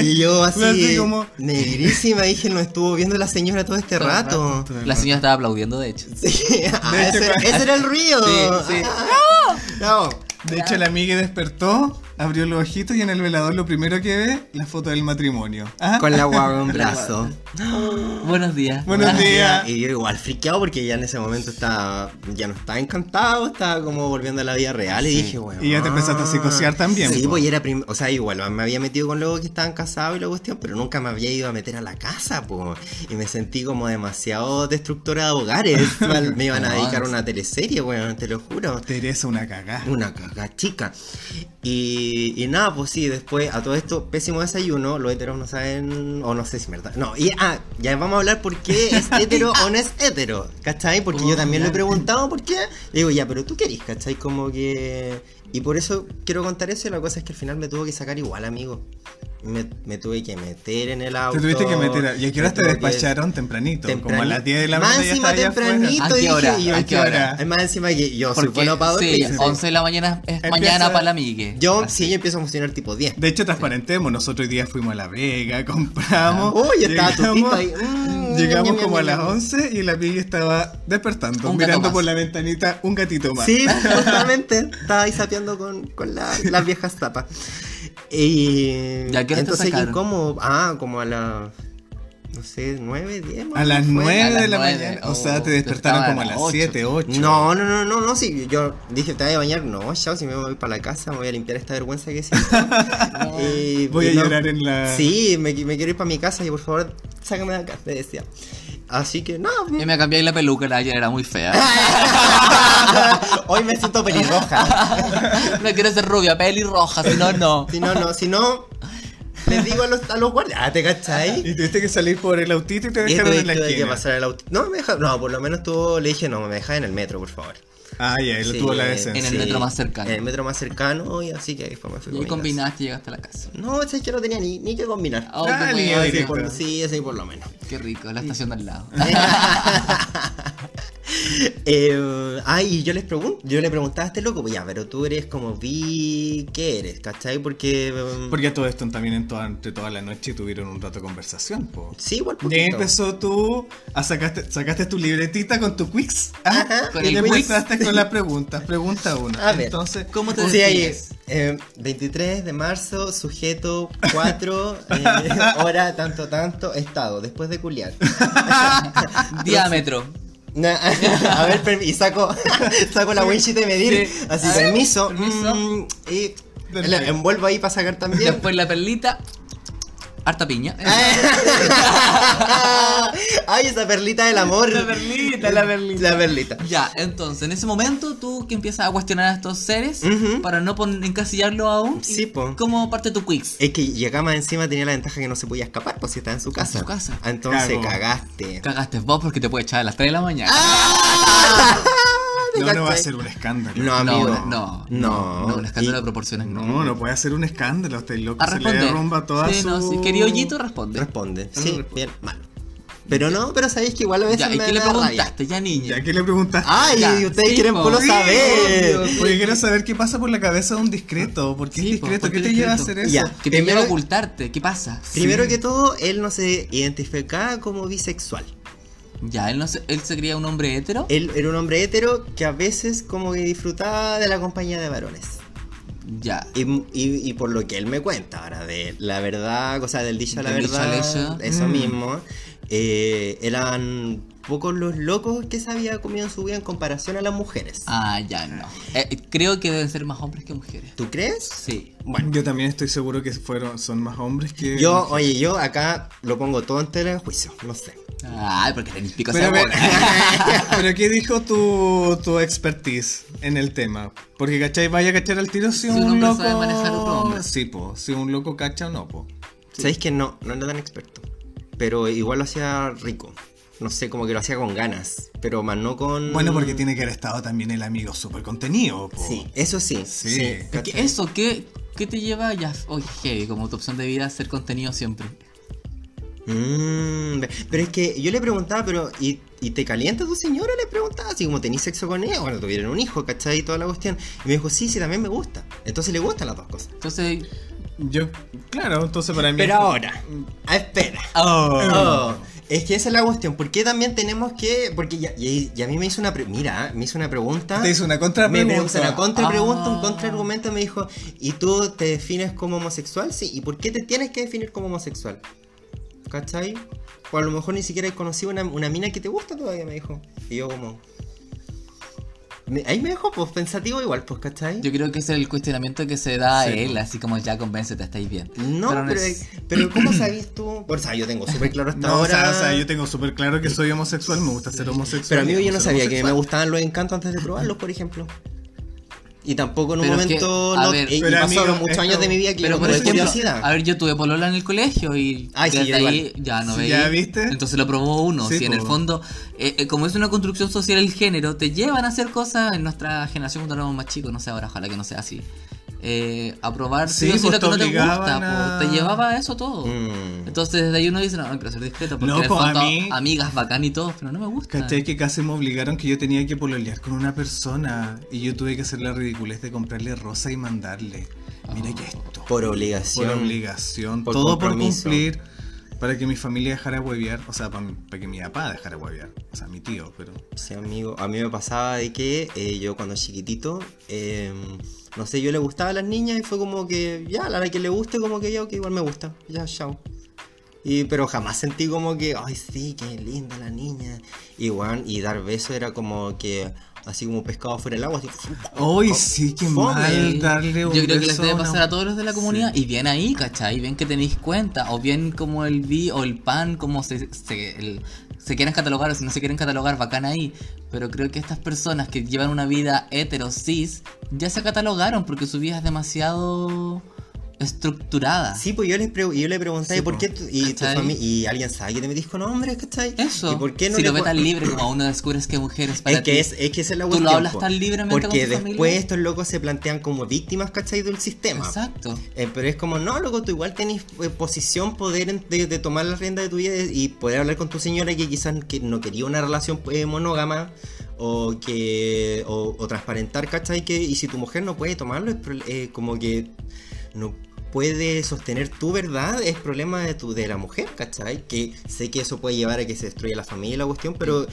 Y yo así,
Así como-
negrísima, dije, no estuvo viendo la señora todo este rato.
La señora estaba aplaudiendo, de hecho.
Sí, ah,
hecho,
ese,
cuando-
ese era el ruido.
Sí, sí.
Ah, no.
De hecho, la amiga despertó, abrió los ojitos y en el velador lo primero que ve, la foto del matrimonio. Ah,
Con la guagua en brazo.
Buenos días.
Buenos
Ah,
días.
Y yo igual friqueado porque ya en ese momento estaba, ya no estaba encantado, estaba como volviendo a la vida real y dije, bueno.
Y ya te empezaste a psicosear también,
Sí,
po.
pues y era prim- o sea, igual me había metido con luego que estaban casados y la cuestión, pero nunca me había ido a meter a la casa, pues. Y me sentí como demasiado destructora de hogares. Mal- me iban a
No,
dedicar a
es-
una teleserie, weón, te lo juro.
Teresa, una cagada.
Una caga chica. Y, y nada, pues sí, después a todo esto, pésimo desayuno. Los heteros no saben, o no sé si es verdad. No, y ah, ya vamos a hablar por qué es hetero o no es hetero, ¿cachai? Porque yo también lo he preguntado por qué. Le digo, ya, pero tú querís, ¿cachai? Como que. Y por eso quiero contar eso. Y la cosa es que al final me tuvo que sacar igual, amigo. Me, me tuve que meter en el auto.
Te tuviste que meter a... ¿Y a qué horas
me
te
tuve que-
despacharon? Tempranito, como a las 10 de la
más
mañana ya
encima
estaba allá
tempranito
afuera.
¿A qué
dije,
hora?
y yo,
¿A qué hora?
Además encima que yo soy
Porque,
bueno para dormir.
sí, 11 de la mañana es
Empieza-
mañana para la amigue.
Yo,
Así.
sí, yo empiezo a funcionar tipo 10.
De hecho, transparentemos, nosotros hoy día fuimos a La Vega, compramos.
Uy, estaba tu
llegamos-
tita ahí. Mm,
Llegamos
ñam,
como a
ñam,
las
ñam.
11 y la amiga estaba despertando,
Un gato
mirando
más.
por la ventanita un gatito más.
Sí, justamente. Estaba ahí sapeando con, con la- las viejas tapas. Y.
¿Y a qué hora te
entonces,
sacaron?
como. Ah, como a las. No sé, 9, 10. más
A las
o menos.
9
A las
de la
nueve,
mañana.
oh,
o sea, te despertaron
despertaba
como a
a las
las
ocho.
7, 8.
No, no, no, no, no, sí, yo dije, te voy a bañar, no, chao, si me voy para la casa, me voy a limpiar esta vergüenza que siento. Y-
Voy a
y no-
llorar en la.
Sí, me, me quiero ir para mi casa y por favor, sácame de acá, te decía. Así que, no,
Y me cambié la peluca, la ayer era muy fea.
Hoy me siento pelirroja.
No quiero ser rubia, pelirroja, si no, no.
Si no, no, si no, les digo a los, a los guardias, ah, ¿te cachai?
Y tuviste que salir por el autito y te
Y
dejaron
tuve,
en la
tuve que
esquina.
pasar el auto. No, me deja, no, por lo menos tú le dije, no, me dejas en el metro, por favor.
Ah, ya, él
Sí,
tuvo la
En
decencia.
el metro más cercano.
En el metro más cercano, y así que después me
Y
fui con
ahí
mi
combinaste y llegaste a la casa.
casa. No, sé que no tenía ni, ni que combinar.
Oh,
Ah,
qué
lindo.
bueno.
Así
directo.
por- sí, así por lo menos.
Qué rico, la estación de al lado.
Eh, ay, yo les pregunto, yo le preguntaba a este loco, pues ya, pero tú eres como vi, ¿qué eres? ¿Cachai? Porque... em,
Porque a todo esto también en toda, entre toda la noche tuvieron un rato de conversación, po.
Sí, igual
Y ahí
poquito.
empezó tú a sacaste, sacaste tu libretita con tu quicks. Ah,
Con
y
el
le
quiz.
empezaste con las preguntas. Pregunta una.
A ver.
Entonces,
¿Cómo te
Sí, ahí,
defines?
eh, 23 de marzo, sujeto 4, eh, hora tanto tanto, estado, después de culiar.
Diámetro.
Na- a ver, permi- y saco, saco la winchita de medir,
Sí.
así,
A ver,
permiso,
permiso.
mm, y
Perfecto.
la envuelvo ahí para sacar también.
Después la perlita. harta piña.
Eh. Ay, esa perlita del amor.
La perlita, la perlita.
La perlita.
Ya, entonces, en ese momento tú que empiezas a cuestionar a estos seres
Ujú.
para no pon- encasillarlo aún. y
Sí, po.
¿Cómo parte tu quiz?
Es que llegaba más encima tenía la ventaja que no se podía escapar, pues si estaba en su casa.
su casa.
Entonces
Cagó.
cagaste.
Cagaste vos porque te puede echar a las 3 de la mañana.
Ah.
No, no va a
¿Cachai?
ser un escándalo.
No, amigo.
no, no, no, no, un escándalo
Y-
de proporciones no.
No, no puede hacer un escándalo, estáis loco.
A
Se le
responder.
derrumba toda
sí,
su...
no, sí. Querido Yito, responde.
Responde.
No,
Sí,
no responde.
bien, mal. Pero no, pero sabéis que igual a veces
ya, ¿y
me
qué le
da rabia.
preguntaste ya, niña?
¿Ya qué le preguntaste?
Ay,
Ya,
ustedes
sí,
quieren
po.
puro
Sí,
saber.
obvio.
Oye, quiero saber qué pasa por la cabeza de un discreto. ¿Por qué
pues, Sí,
es
po,
discreto?
¿por
¿Qué
qué
te
discreto?
lleva a hacer eso?
Ya.
Que te lleva a
Primero-
ocultarte, ¿qué pasa?
Primero que todo, él no se identificaba como bisexual.
Ya, él no se, él se creía un hombre hetero.
Él era un hombre hetero que a veces como que disfrutaba de la compañía de varones.
Ya.
Y, y- y por lo que él me cuenta ahora, de la verdad, o sea, del dicho a la
Del dicho
verdad,
al hecho.
eso
Mm.
mismo, eh, eran pocos los locos que se había comido en su vida en comparación a las mujeres.
Ah, ya no. Eh, creo que deben ser más hombres que mujeres.
¿Tú crees?
Sí.
Bueno.
Yo también estoy seguro que fueron, son más hombres que...
Yo, oye, yo acá lo pongo todo en tela de juicio, no sé.
Ay, porque tenéis pico
Pero, a ver,
sabor.
pero ¿qué dijo tu, tu expertise en el tema? Porque, ¿cachai? Vaya a cachar al tiro si,
Si un
un
hombre
loco...
sabe manejar a otro hombre.
Sí, po. Si un loco cacha o no, po.
¿Sabéis que no? No era tan experto. Pero igual lo hacía rico. No sé, como que lo hacía con ganas. Pero más no con.
Bueno, porque tiene que haber estado también el amigo súper contenido, po.
Sí, eso sí.
Sí. Es
Es que
¿cachai?
eso, ¿qué, qué te lleva ya? Oye, heavy, como tu opción de vida, hacer contenido siempre.
Mm, pero es que yo le preguntaba, pero ¿y, y te calienta tu señora? Le preguntaba, así como tenís sexo con ella. Bueno, tuvieron un hijo, ¿cachai? Y toda la cuestión. Y me dijo, sí, sí, también me gusta. Entonces le gustan las dos cosas.
Entonces,
Yo, claro, entonces para mí...
Pero ahora, a espera. Oh, Es que esa es la cuestión. ¿Por qué también tenemos que.? Porque ya, y, y a mí me hizo una. pre- Mira, me hizo una pregunta.
Te hizo una contrapregunta.
Me preguntó una contrapregunta,
Ah.
un contraargumento. Me dijo, ¿y tú te defines como homosexual? Sí. ¿Y por qué te tienes que definir como homosexual? ¿Cachai? O a lo mejor ni siquiera he conocido una, una mina que te gusta todavía, me dijo. Y yo, como. me- ahí me dejó, pues pensativo igual, pues, ¿cachai?
yo creo que ese es el cuestionamiento que se da a
Sí.
él, así como ya convéncete, estáis bien.
No, pero,
es-
pero ¿cómo sabís tú? Por o sea, yo tengo súper claro hasta
No, o
ahora.
sea, o sea, yo tengo súper claro que soy homosexual, me gusta ser homosexual.
Pero amigo, yo no
ser
sabía que me
homosexual.
gustaban los encantos antes de probarlos, por ejemplo. Y tampoco en un
Pero es que,
momento.
a
no,
ver,
y- y
Pero,
pasaron
amigo,
muchos
es
años
como-
de mi vida que
Pero
no
por
tuve
ejemplo,
curiosidad.
a ver, yo tuve polola en el colegio y
Ay, sí,
desde
yo
ahí ya no
Sí,
veía.
ya viste.
Entonces lo probó uno.
Sí,
si en
po.
el fondo, eh, eh, como es una construcción social el género, te llevan a hacer cosas en nuestra generación cuando éramos más chicos, no sé ahora, ojalá que no sea así. Eh, a probar
Sí,
sí, o sí lo
pues, te
que no te
obligaban
gusta,
a-
po, te llevaba a eso todo.
Mm.
Entonces desde ahí uno dice, no, no quiero ser discreto, porque en el
Loco, pues, a
fondo
mí-
amigas bacán y todo, pero no me gusta.
¿Cachai? Que casi me obligaron que yo tenía que pololear con una persona y yo tuve que hacer la ridiculez de comprarle rosa y mandarle. Mira
Ah.
que esto.
Por
Por
obligación.
obligación.
Por
todo
compromiso.
por cumplir. Para que mi familia dejara huevear. O sea, para, que mi papá dejara huevear. O sea, mi tío, pero.
Sí, amigo. A mí me pasaba de que eh, yo cuando chiquitito, eh, no sé, yo le gustaba a las niñas y fue como que, ya, a la hora que le guste, como que ya, ok, igual me gusta. Ya, chao. Y, pero jamás sentí como que, ay, sí, qué linda la niña. Y, weón, y dar besos era como que, así como pescado fuera del agua. Así,
Oh,
¡Ay, sí, qué
Fome.
mal darle
Yo
un
creo que les
beso
debe
una-
pasar a todos los de la comunidad. Y bien ahí, ¿cachai? Bien que tenéis cuenta. O bien como el vi o el pan, como se, se, el- se quieren catalogar o si no se quieren catalogar, bacán ahí. Pero creo que estas personas que llevan una vida hetero cis ya se catalogaron porque su vida es demasiado estructurada.
Sí, pues yo, les pregu- yo le preguntaba,
Sí,
¿y por
po.
qué tú- y, tu
pues, ¿Cachai?
fami- y alguien sabe que te metís con hombres, cachai?
Eso.
¿Y por qué no
si
le
lo ve
pon-
tan libre como uno descubres que mujeres para
Es que,
ti.
es, es que esa es la
Tú lo
cuestión.
hablas
po.
tan libremente con
Porque
tu
después
familia.
estos locos se plantean como víctimas, ¿cachai? Del sistema.
Exacto.
Eh, pero es como, no, loco, tú igual tenés eh, posición, poder en- de, de tomar la rienda de tu vida y poder hablar con tu señora que quizás que no quería una relación eh, monógama o que o, o transparentar, ¿cachai? Que, y si tu mujer no puede tomarlo, es pro- eh, como que no puede sostener tu verdad, es problema de, tu, de la mujer, ¿cachai? Que sé que eso puede llevar a que se destruya la familia y la cuestión, pero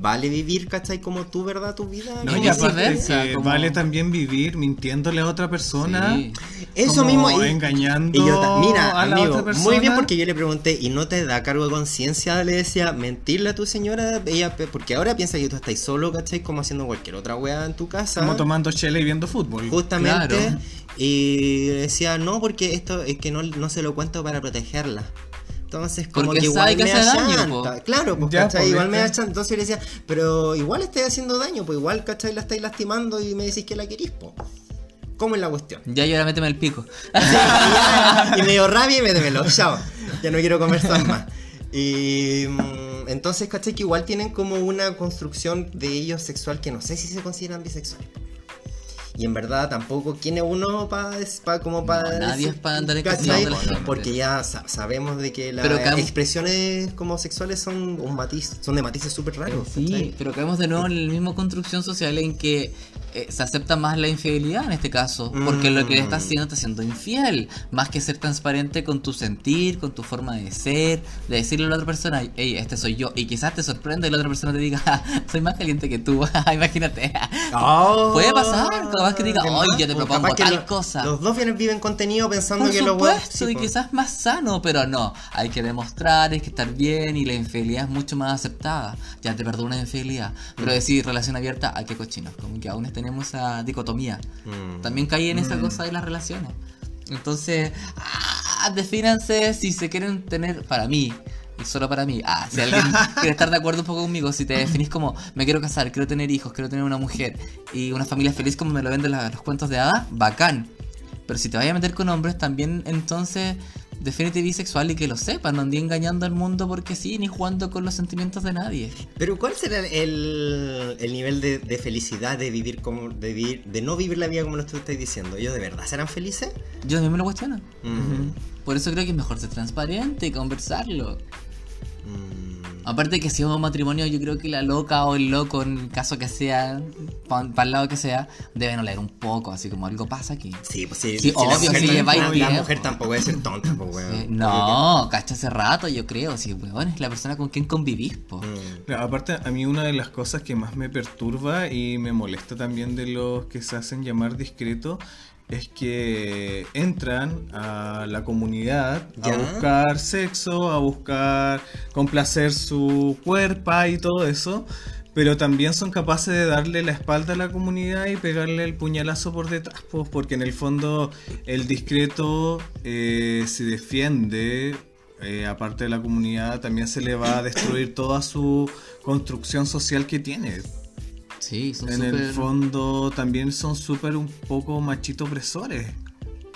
vale vivir, ¿cachai? Como tu verdad, tu vida.
No,
Y
como
y
si-
aparte
viceversa,
que
como-
vale también vivir mintiéndole a otra persona.
Sí.
Eso
como
mismo. y-
engañando
Y yo, ta- mira,
a la
amigo,
otra persona.
muy bien porque yo le pregunté y no te da cargo de conciencia, le decía, mentirle a tu señora, ella, pe- porque ahora piensa que tú estás solo, ¿cachai? Como haciendo cualquier otra weá en tu casa.
Como tomando chela y viendo fútbol.
Justamente.
Claro.
Y decía, no, porque esto es que no, no se lo cuento para protegerla. Entonces, como
Porque
que igual
sabe que
me
hace daño,
achanta.
po.
Claro, pues,
Ya,
¿cachai?
po,
igual me
¿viste?
achanta. Entonces yo le decía, pero igual estoy haciendo daño, pues igual, ¿cachai? La estáis lastimando y me decís que la querís, po. ¿Cómo es la cuestión?
Ya yo ahora méteme el pico.
y me dio rabia y me develó, chao. Ya no quiero conversar más. Y mm, entonces, ¿cachai? Que igual tienen como una construcción de ellos sexual que no sé si se consideran bisexual. Y en verdad tampoco, ¿quién es uno para como para
No, nadie es pa andar
¿cachai?
escondiendo a la gente.
Porque ya sa- sabemos de que las
Pero cam-
expresiones como sexuales son un matiz, son de matices súper raros.
Sí,
¿cachai?
pero caemos de nuevo en la misma construcción social en que eh, se acepta más la infidelidad en este caso, porque lo que le estás
Mm.
haciendo está siendo infiel, más que ser transparente con tu sentir, con tu forma de ser, de decirle a la otra persona, hey, este soy yo, y quizás te sorprende y la otra persona te diga, "Ja, soy más caliente que tú, imagínate.
Oh,
Puede pasar, capaz que diga,
¿qué
"Ay,
más?
yo te
O
propongo
capaz que
tal
lo-
cosa".
Los dos vienen- viven contenido pensando
Por
que los huevos-
supuesto,
sí,
y
po.
quizás más sano, pero no, hay que demostrar, hay que estar bien y la infidelidad es mucho más aceptada. Ya te perdono una infidelidad,
Mm.
pero decir relación abierta, hay que cochinos, como que aún tenemos esa dicotomía.
Mm.
También caí en esa cosa de las relaciones. Entonces, ah, defínanse si se quieren tener para mí. Y solo para mí. Ah, si alguien quiere estar de acuerdo un poco conmigo, si te definís como me quiero casar, quiero tener hijos, quiero tener una mujer y una familia feliz como me lo venden la- los cuentos de hadas, bacán. Pero si te vayas a meter con hombres, también entonces defínete bisexual y que lo sepan, no andí engañando al mundo porque sí, ni jugando con los sentimientos de nadie.
Pero ¿cuál será el, el nivel de, de felicidad de vivir como de vivir, de no vivir la vida como lo tú estás diciendo? ¿Ellos de verdad serán felices?
Yo también me lo cuestiono.
Mm.
Por eso creo que es mejor ser transparente y conversarlo.
Mm.
Aparte que si es un matrimonio, yo creo que la loca o el loco, en el caso que sea, para el lado que sea, deben oler un poco, así como algo pasa aquí.
Sí, pues sí,
Sí,
si la,
obvio,
mujer,
si
tampoco-
lleváis
la
tiempo.
mujer tampoco debe ser tonta, pues, weón.
Eh, no, cacha hace rato, yo creo. Si, weón, es la persona con quien convivís, po.
Mm.
Claro, aparte, a mí una de las cosas que más me perturba y me molesta también de los que se hacen llamar discretos es que entran a la comunidad
Ya.
a buscar sexo, a buscar complacer su cuerpo y todo eso, pero también son capaces de darle la espalda a la comunidad y pegarle el puñalazo por detrás, pues, porque en el fondo el discreto eh, se defiende eh, aparte de la comunidad, también se le va a destruir toda su construcción social que tiene.
Sí, son
en el
súper...
fondo también son súper un poco machito opresores.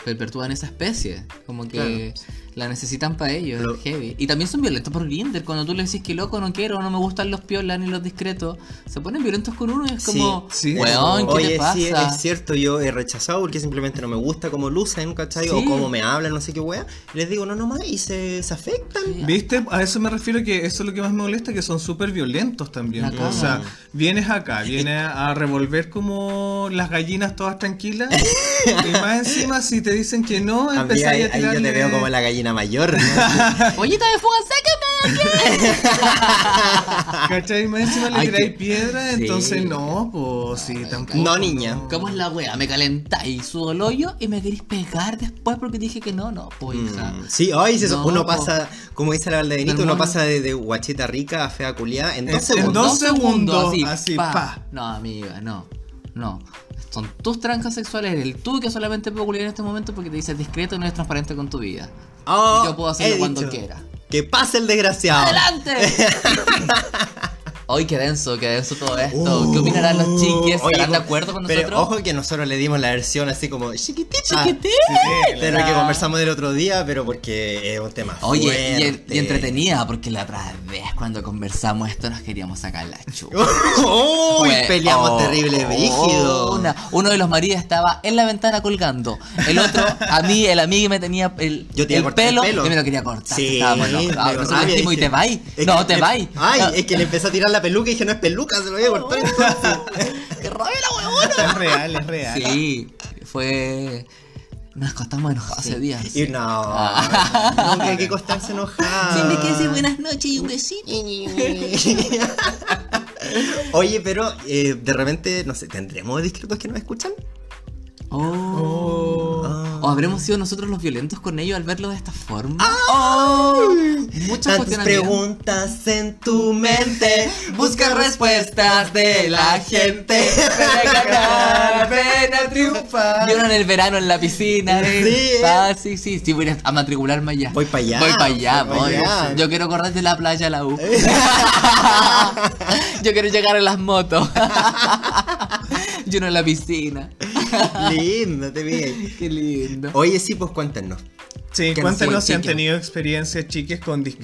perpetúan esa especie. Como que la necesitan para ellos,
Pero-
es heavy. Y también son violentos por Grindr. Cuando tú le decís que loco, no quiero, no me gustan los piolas ni los discretos, se ponen violentos con uno y es
Sí,
como,
sí.
weón, ¿qué
Oye,
te pasa?
sí, es cierto, yo he rechazado porque simplemente no me gusta cómo lucen, ¿cachai? O
Sí.
cómo me hablan, no sé qué wea. Les digo, no, no más, y se, se afectan.
¿Viste? A eso me refiero que eso es lo que más me molesta, que son súper violentos
La
también.
cagan.
O sea, vienes acá, vienes a revolver como las gallinas todas tranquilas. y más encima, si te dicen que no,
A mí, ahí,
empezaría a
ahí yo
tirarle...
te veo como la gallina mayor. ¿no?
Ollita de fuga, sácame de aquí.
¿Cachai? Y más encima le
Ay,
tiráis
qué-
piedra,
Sí.
entonces no, pues sí, tampoco.
No, niña.
¿Cómo es la wea? Me calentáis, sudo el hoyo y me queréis pegar después porque dije que no, no, pues hija.
Mm, Sí, hoy se-
No,
uno
po.
pasa, como dice la Valdebenito,
Hermano.
uno pasa de, de guachita rica a fea culiada en
En-
dos
en
segundos.
dos segundos,
así,
así,
pa.
pa.
No, amiga, no. No. Son tus trancas sexuales, el tú que solamente puedo culiar en este momento porque te dices discreto y no eres transparente con tu vida.
Oh,
Yo puedo hacerlo
he
cuando
dicho.
quiera.
Que pase el desgraciado.
¡Adelante! Hoy qué denso, qué denso todo esto. ¿Qué opinarán los chiques?
Uh. Oye,
¿Estarán de acuerdo con
pero
nosotros?
ojo que nosotros le dimos la versión así como chiquitita.
Chiquitita.
Sí,
De lo que conversamos el otro día, pero porque es un tema
Oye, y, en-
fuerte.
y entretenida, porque la otra vez cuando conversamos esto nos queríamos sacar la chupa.
Uy,
Fue-
peleamos
oh,
terrible,
oh,
brígido.
una- uno de los maridos estaba en la ventana colgando. El otro, a mí, el amigo me tenía el,
Yo te iba a cortar el
pelo,
pelo.
y me lo quería cortar.
Sí,
Estábamos locos.
me
Ah,
dio
nosotros
rabia,
dijimos, ¿y
dije,
te vais?
es
No,
que
te
le-
vais.
Ay,
Ah,
es que le empecé a tirar la peluca y dije, no es peluca, se lo voy a cortar entonces.
¡Qué rabia la huevona!
Es real, es real.
Sí, fue... Nos costamos enojados hace días.
Y no,
Ah.
nunca hay que costarse enojado.
noches y un besito.
Oye, pero eh, de repente, no sé, ¿tendremos discretos que nos escuchan? Ah.
Oh.
Oh.
Oh.
¿O habremos sido nosotros los violentos con ellos al verlo de esta forma? Muchas
Tantas
cuestiones había.
preguntas en tu mente.
Busca respuestas de la gente. Ven a ganar, ven a triunfar. Vieron el verano en la piscina. de-
Sí, eh.
Ah, sí, sí. Sí, voy a ir a matricularme allá.
Voy pa' allá,
Voy para allá,
voy pa'
voy.
allá. Eh.
Yo quiero correr de la playa a la U. Yo quiero llegar en las motos. Yo no en la piscina.
Lindo, te vi.
Qué lindo.
Oye, sí, pues cuéntanos.
Sí,
Que han sido
cuéntanos si han
chiques.
tenido experiencias chiques con
De todo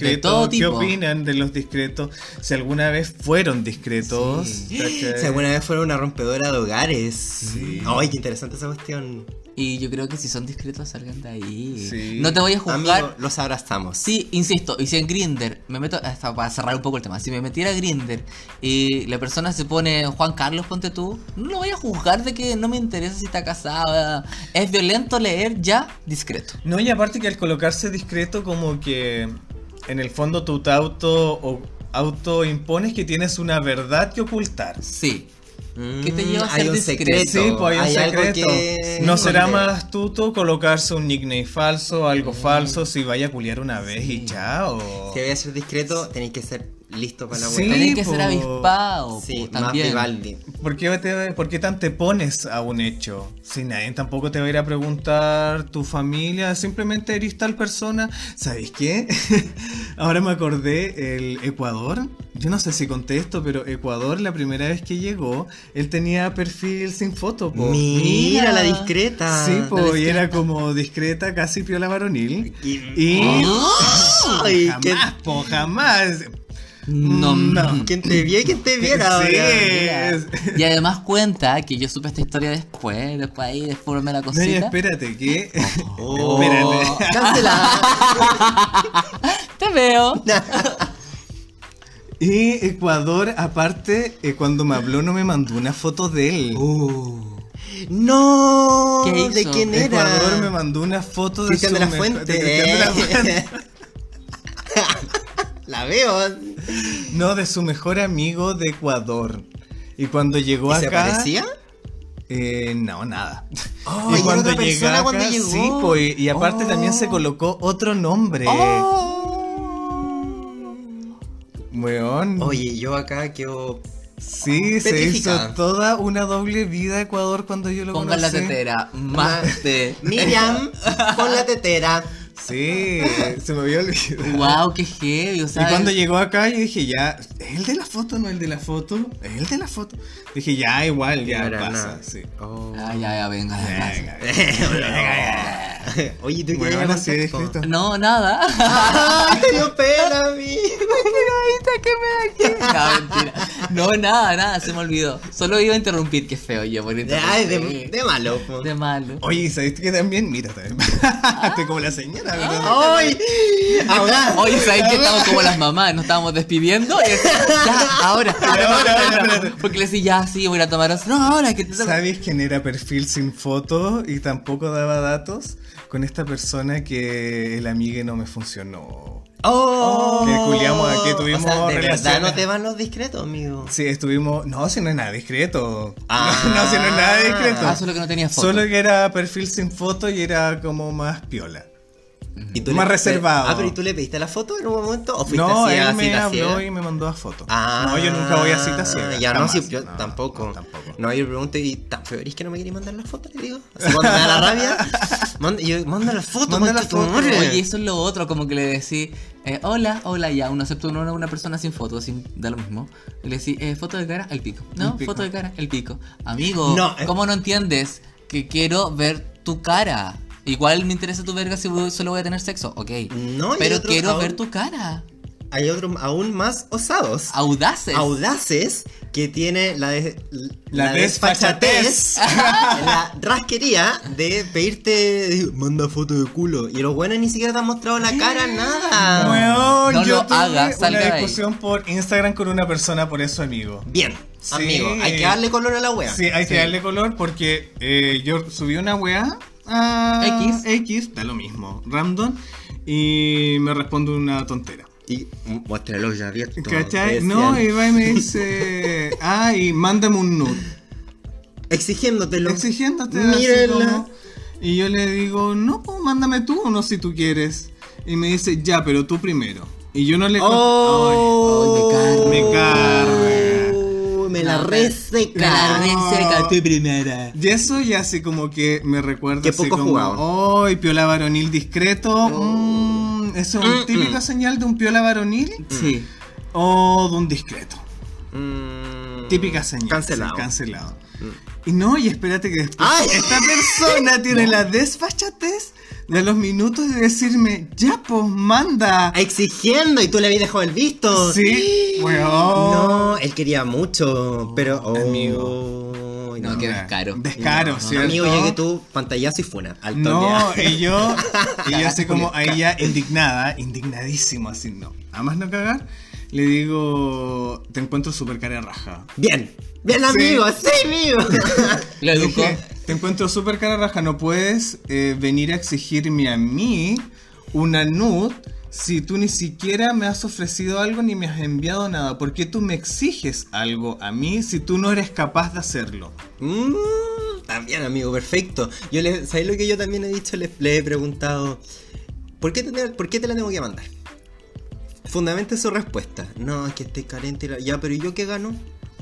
discretos. ¿Qué
tipo.
opinan de los discretos? Si alguna vez fueron discretos.
Sí.
¿cachai?
Si alguna vez fuera una rompedora de hogares. Ay, qué interesante esa cuestión.
Y yo creo que si son discretos salgan de ahí.
Sí.
No te voy a juzgar.
Amigo, los abrazamos.
Sí, insisto, y si en Grinder, me meto, hasta para cerrar un poco el tema, si me metiera a Grinder y la persona se pone Juan Carlos, ponte tú, no lo voy a juzgar de que no me interesa si está casada. Es violento leer ya discreto.
No, y aparte que al colocarse discreto, como que en el fondo tú te auto o autoimpones que tienes una verdad que ocultar.
Sí.
Mm,
¿Qué te lleva este a
hay
ser
un
discreto?
secreto.
Sí, pues hay un
algo
secreto.
que
No será
esconder.
más astuto colocarse un nickname falso, algo falso, si vaya a culiar una vez y chao.
Si voy a ser discreto, tenéis que ser listo para la
Sí,
vuelta.
Tenés que ser
po.
avispado.
Sí,
po,
más
también.
Vivaldi.
¿Por qué, te- por qué tan te pones a un hecho? Si nadie tampoco te va a ir a preguntar tu familia, simplemente eres tal persona. ¿Sabéis qué? Ahora me acordé, el Ecuador, yo no sé si conté esto, pero Ecuador la primera vez que llegó, él tenía perfil sin foto. po.
Mira
Mira.
la discreta.
Pues, Sí, pues.
La
po, y
discreta.
era como discreta, casi piola varonil.
Y-
Y...
Ay, qué-
jamás, po, jamás.
No,
No.
¿Quién te vio y quién te viera
Sí.
ahora?
mira.
Es-
Y además cuenta que yo supe esta historia después, después ahí, después me la
No, y
cosita.
espérate, que...
Oh,
Espérate.
Cancela.
Te veo.
Y Ecuador, aparte, eh, cuando me habló no me mandó una foto de
Oh.
él.
No.
¿Qué hizo?
¿De quién era?
Ecuador me mandó una foto de
Cristian
su
de la
mejor-
Fuente. eh.
de Cristian de la Fuente.
La veo.
No, de su mejor amigo de Ecuador. Y cuando llegó
¿Y ¿Se
acá.
parecía?
Eh, no, nada.
Oh, ¿y era otra persona
llegó
cuando llegó?
sí, po, y, y aparte
Oh.
también se colocó otro
eh,
nombre. Weón.
Oye, yo acá quedo.
sí, se
petrificada.
hizo toda una doble vida a Ecuador cuando yo lo
Pongan la
conocí.
tetera. Mate.
Miriam, pon la tetera.
Sí, se me había olvidado.
Wow, qué heavy. O
Y
sea,
cuando
es-
llegó acá, yo dije, ya, ¿es el de la foto no el de la foto? ¿Es el de la foto? Dije, ya, igual, ya
Era
pasa,
nada.
sí.
Oh.
Ah, ya, ya, venga.
Venga,
venga.
Oye, tú
Bueno,
qué
ahora sí, listo.
No, nada.
¡Ah! ¡Te dio pena, amigo!
¿Qué me da? No, mentira. No, nada, nada, se me olvidó. Solo iba a interrumpir, qué feo yo por interrumpir.
Ay, de, de malo. po.
De malo.
Oye, ¿y ¿sabes qué también? Mira, también. Estoy como la
Ah.
señora, ¿verdad?
¡Ay! Ahora.
Oye, ¿sabes qué? Estamos como las mamás, nos estábamos despidiendo. Y así, ya, ahora.
ahora, ahora, ahora.
Porque le decía, ya, sí, voy a ir a tomar. No, ahora que te
¿Sabes quién era perfil sin foto y tampoco daba datos? Con esta persona que el amigue no me funcionó.
¡Oh!
Que culiamos aquí, tuvimos
o sea, de verdad
relaciones.
no te van los discretos, amigo.
Sí, estuvimos. No, si no es nada discreto.
Ah.
No, si no es nada discreto.
Ah, solo que no tenía foto.
Solo que era perfil sin foto y era como más piola.
¿Y tú
Más
le-
reservado.
Ah, pero ¿y tú le pediste la foto en un momento? ¿O fuiste
No,
así a
él me
cita
habló
ciega?
y me mandó a foto.
Ah,
no, yo nunca voy a citas ciegas.
Ya
jamás.
no, sí, yo tampoco.
no,
No,
tampoco.
yo le pregunto, ¿y tan feo eres que no me queréis mandar la foto? Le digo. Así cuando me da la rabia, manda, yo, manda la foto,
Manda la
concha tu
foto.
madre.
Oye, eso es lo otro, como que le decís, eh, hola, hola, ya, uno acepta uno, una persona sin foto, sin, da lo mismo. Y le decís, eh, foto de cara, el pico. No,
El pico.
foto de cara, el pico. Amigo,
No, eh.
¿cómo no entiendes que quiero ver tu cara? Igual me interesa tu verga si voy- solo voy a tener sexo, ok.
No, y
pero
otro-
quiero
aún-
ver tu cara.
Hay otros aún más osados,
Audaces.
audaces, que tiene la, des-
La desfachatez.
la rasquería de pedirte, digo, manda foto de culo. Y los buenos ni siquiera te han mostrado la cara, nada.
Weón,
Ah, No
yo
lo
tuve
haga,
una
salga de ahí.
discusión por Instagram con una persona por eso, amigo.
Bien,
Sí.
amigo, hay que darle color a la wea.
Sí, hay que darle color porque eh, yo subí una weá a
X.
X, da lo mismo, random, y me responde una tontera.
Y muéstralo ya abierto.
¿Cachai?
decían.
No, y va y me dice, ah, y mándame un nude.
Exigiéndotelo.
exigiéndote
Mírenla.
así como- y yo le digo no pues mándame tú uno si tú quieres Y me dice, ya, pero tú primero. Y yo no le...
¡Oh!
Ay,
me carga. Me
Uy, Me la
No,
reseca.
Me la reseca, tú primera.
Y eso ya así como que me recuerda
Qué
así
poco
como,
jugado.
"Ay, piola varonil discreto! mm, eso es una
Mm,
típica
mm.
señal de un piola varonil
Sí.
o de un discreto.
Mm.
Típica señal.
Cancelado. Mm. Ah.
sí, cancelado. Y no, y espérate que después
¡Ay!
esta persona tiene la desfachatez de los minutos de decirme, ya pues manda.
Exigiendo y tú le habías dejado el visto.
Sí, weón.
No, él quería mucho, pero. oh,
Amigo.
No,
no.
qué descaro.
Descaro,
No,
¿cierto?
Amigo, llegué tú, pantallazo y funa. Al
No,
toque. Ah,
y yo, y yo así como a ella indignada, indignadísimo, así no. A más no cagar, le digo, te encuentro súper cara de raja.
Bien, bien, amigo, sí, amigo.
Lo
Le
educó.
dije, te encuentro súper cara de raja, no puedes eh, venir a exigirme a mí una nud si tú ni siquiera me has ofrecido algo ni me has enviado nada. ¿Por qué tú me exiges algo a mí si tú no eres capaz de hacerlo?
Mm, también, amigo, perfecto. Yo le, ¿Sabes lo que yo también he dicho? Le, le he preguntado, ¿por qué, te, ¿por qué te la tengo que mandar? Fundamente su respuesta. No, es que estoy carente. y la- Ya, pero ¿y yo qué gano?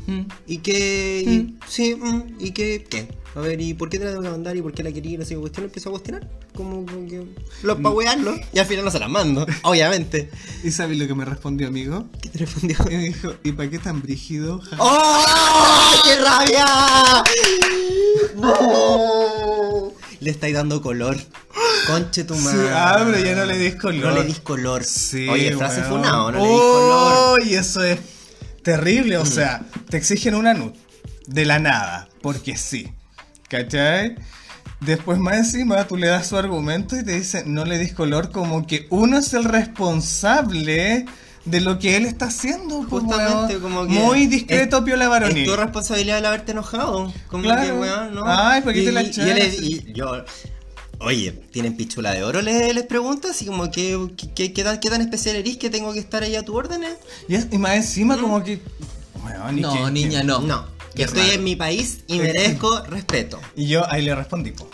Mm.
¿Y qué? y-
Mm.
sí, mm, ¿y qué? ¿Qué? A ver, ¿y por qué te la tengo que mandar? ¿Y por qué la quería? Y No sé, qué cuestión. Empiezo a cuestionar. Como, como que...
Mm.
Los pa' wearlo. Y al final no se las mando, obviamente.
¿Y sabes lo que me respondió, amigo?
¿Qué te respondió?
Y me dijo, ¿y para qué tan brígido? Ja, ja,
¡Oh! ¡Qué rabia! ¡No! Le estáis dando color. Conche tu madre.
Sí, ah, pero ya no le dis color.
No le dis color.
Sí,
Oye, frase
weón.
funado, no
Oh, Y eso es terrible, o
Mm.
sea, te exigen una nut de la nada, porque sí. ¿Cachai? Después más encima tú le das su argumento y te dicen no le dis color como que uno es el responsable de lo que él está haciendo. pues,
Justamente,
weón.
como que-
Muy discreto
es-
piola
le dis color.
varonil.
Es tu responsabilidad el haberte enojado. Como
Claro.
que, weón, no.
Ay, ¿por qué
Y-
te la
y- y yo, le-
echas?
y yo- Oye, ¿tienen pichula de oro? Les, les pregunto, así como, ¿qué, qué, qué tan, ¿qué tan especial eres que tengo que estar ahí a tu órdenes?
Y, es- y más
Mm.
encima como que... weón, ¿y
No,
qué-
niña,
qué-
no.
No, que
Qué
estoy
raro.
en mi país y merezco respeto.
Y yo ahí le respondí, po.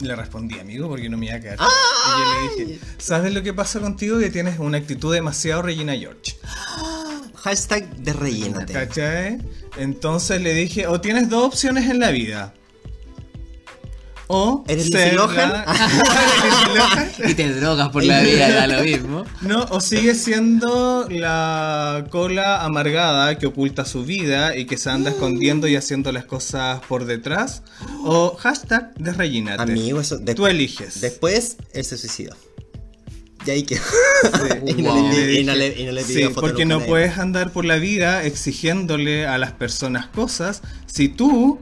Le respondí, amigo, porque no me iba a quedar. Y yo le dije, ¿sabes lo que pasa contigo? Que tienes una actitud demasiado Regina George.
Hashtag de rellénate.
¿Cachai? Entonces le dije, o tienes dos opciones en la vida. O
¿Eres
ser
Lindsay Lohan?
la- ¿Eres Lindsay Lohan?
Y te drogas por la vida, da lo mismo.
No, o sigue siendo la cola amargada que oculta su vida y que se anda escondiendo y haciendo las cosas por detrás. O hashtag desrellinate.
Amigo, eso. de-
Tú eliges.
Después, él se suicidó. Y ahí quedó. y, no
Wow.
le, y no le- y no le
Sí,
pidió foto
porque
nunca a
no
nadie.
puedes andar por la vida exigiéndole a las personas cosas si tú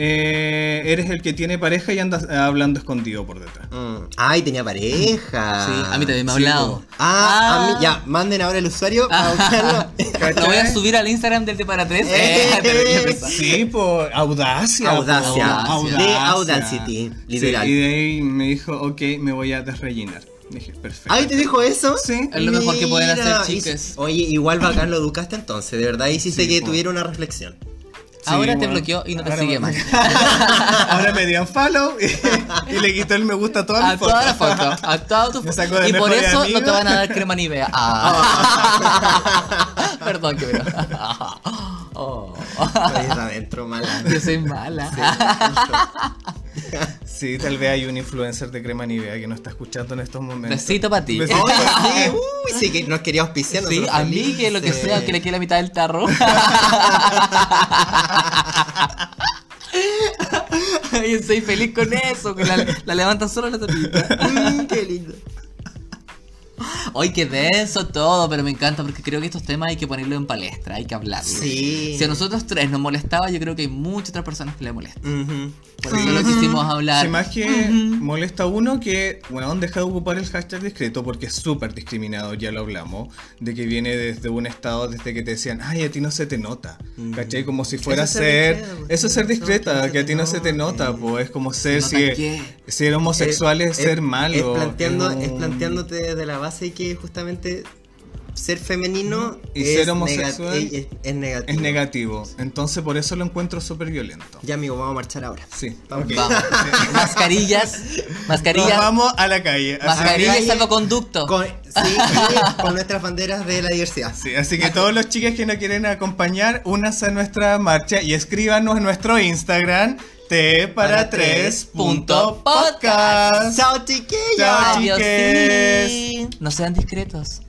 eh, eres el que tiene pareja y andas eh, hablando escondido por detrás.
Mm. Ay, tenía pareja.
Sí, a mí también me ha
sí,
hablado.
po.
Ah, a mí, ya, manden ahora el usuario
Ah,
para buscarlo.
Lo voy a subir al Instagram del T para 3.
Eh.
Sí, por audacia.
Audacia.
po,
Audacia.
De Audacity, literal.
Sí, y de ahí me dijo, ok, me voy a desrellinar. Dije, perfecto.
Ay, te dijo eso.
Sí.
Es lo mejor que pueden hacer,
Mira,
chicas.
hice- Oye, igual bacán lo educaste entonces, de verdad hiciste
Sí,
que
po.
tuviera una reflexión.
Ahora
Sí,
te
bueno.
bloqueó y no te
Ahora
sigue
me-
más.
Ahora me dio un follow y, y le quitó el me gusta a todas
A
las
todas las
fotos.
fotos, a todas tus
Me
fotos.
sacó de
Y por
mejores
eso no te
amigos.
van a dar crema nivea. Ah. Perdón, que me Oh,
Oye, adentro, mala.
yo soy mala.
Sí, tal vez hay un influencer de crema Nivea que no está escuchando en estos momentos.
Besito pa' ti.
Besito.
Oye, sí, uy, sí, que nos quería auspiciar.
Sí,
nosotros
a mí que lo que
felices.
sea, que le quede la mitad del tarro. Yo soy feliz con eso, que la, la levantan solo la tapita.
Mm, qué lindo.
Hoy qué denso todo, pero me encanta porque creo que estos temas hay que ponerlo en palestra, hay que hablarlo.
Sí.
Si a nosotros tres nos molestaba, yo creo que hay muchas otras personas que le molesta.
Ujú.
Por eso lo quisimos hablar.
Sí, más que molesta a uno que, bueno, deja de ocupar el hashtag discreto porque es súper discriminado, ya lo hablamos, de que viene desde un estado desde que te decían, ay, a ti no se te nota, ¿cachai? Como si fuera
Eso es ser
ser,
discreto,
eso es ser
no,
discreta, que a ti no se te nota, pues es como ser,
¿Se
si,
nota
es-
qué?
si eres homosexual es,
Eh, Es-
ser
Es
malo.
planteando,
un-
es planteándote desde la base que justamente ser femenino
Y
es,
ser homosexual
nega- es- es negativo.
Es negativo. Entonces por eso lo encuentro súper violento.
Ya, amigo, vamos a marchar ahora.
Sí.
Vamos.
Vamos. Mascarillas.
Nos
Mascarillas.
vamos a la calle. Así,
Mascarillas y
Mascarillas.
salvoconducto.
Con, sí, y con nuestras banderas de la diversidad.
sí, así que todos los chicos que nos quieren acompañar, únanse a nuestra marcha y escríbanos en nuestro Instagram T para
Para
3
tres
punto
podcast.
Chao, chiquillos.
Chao,
Adiós.
chiques.
No sean discretos.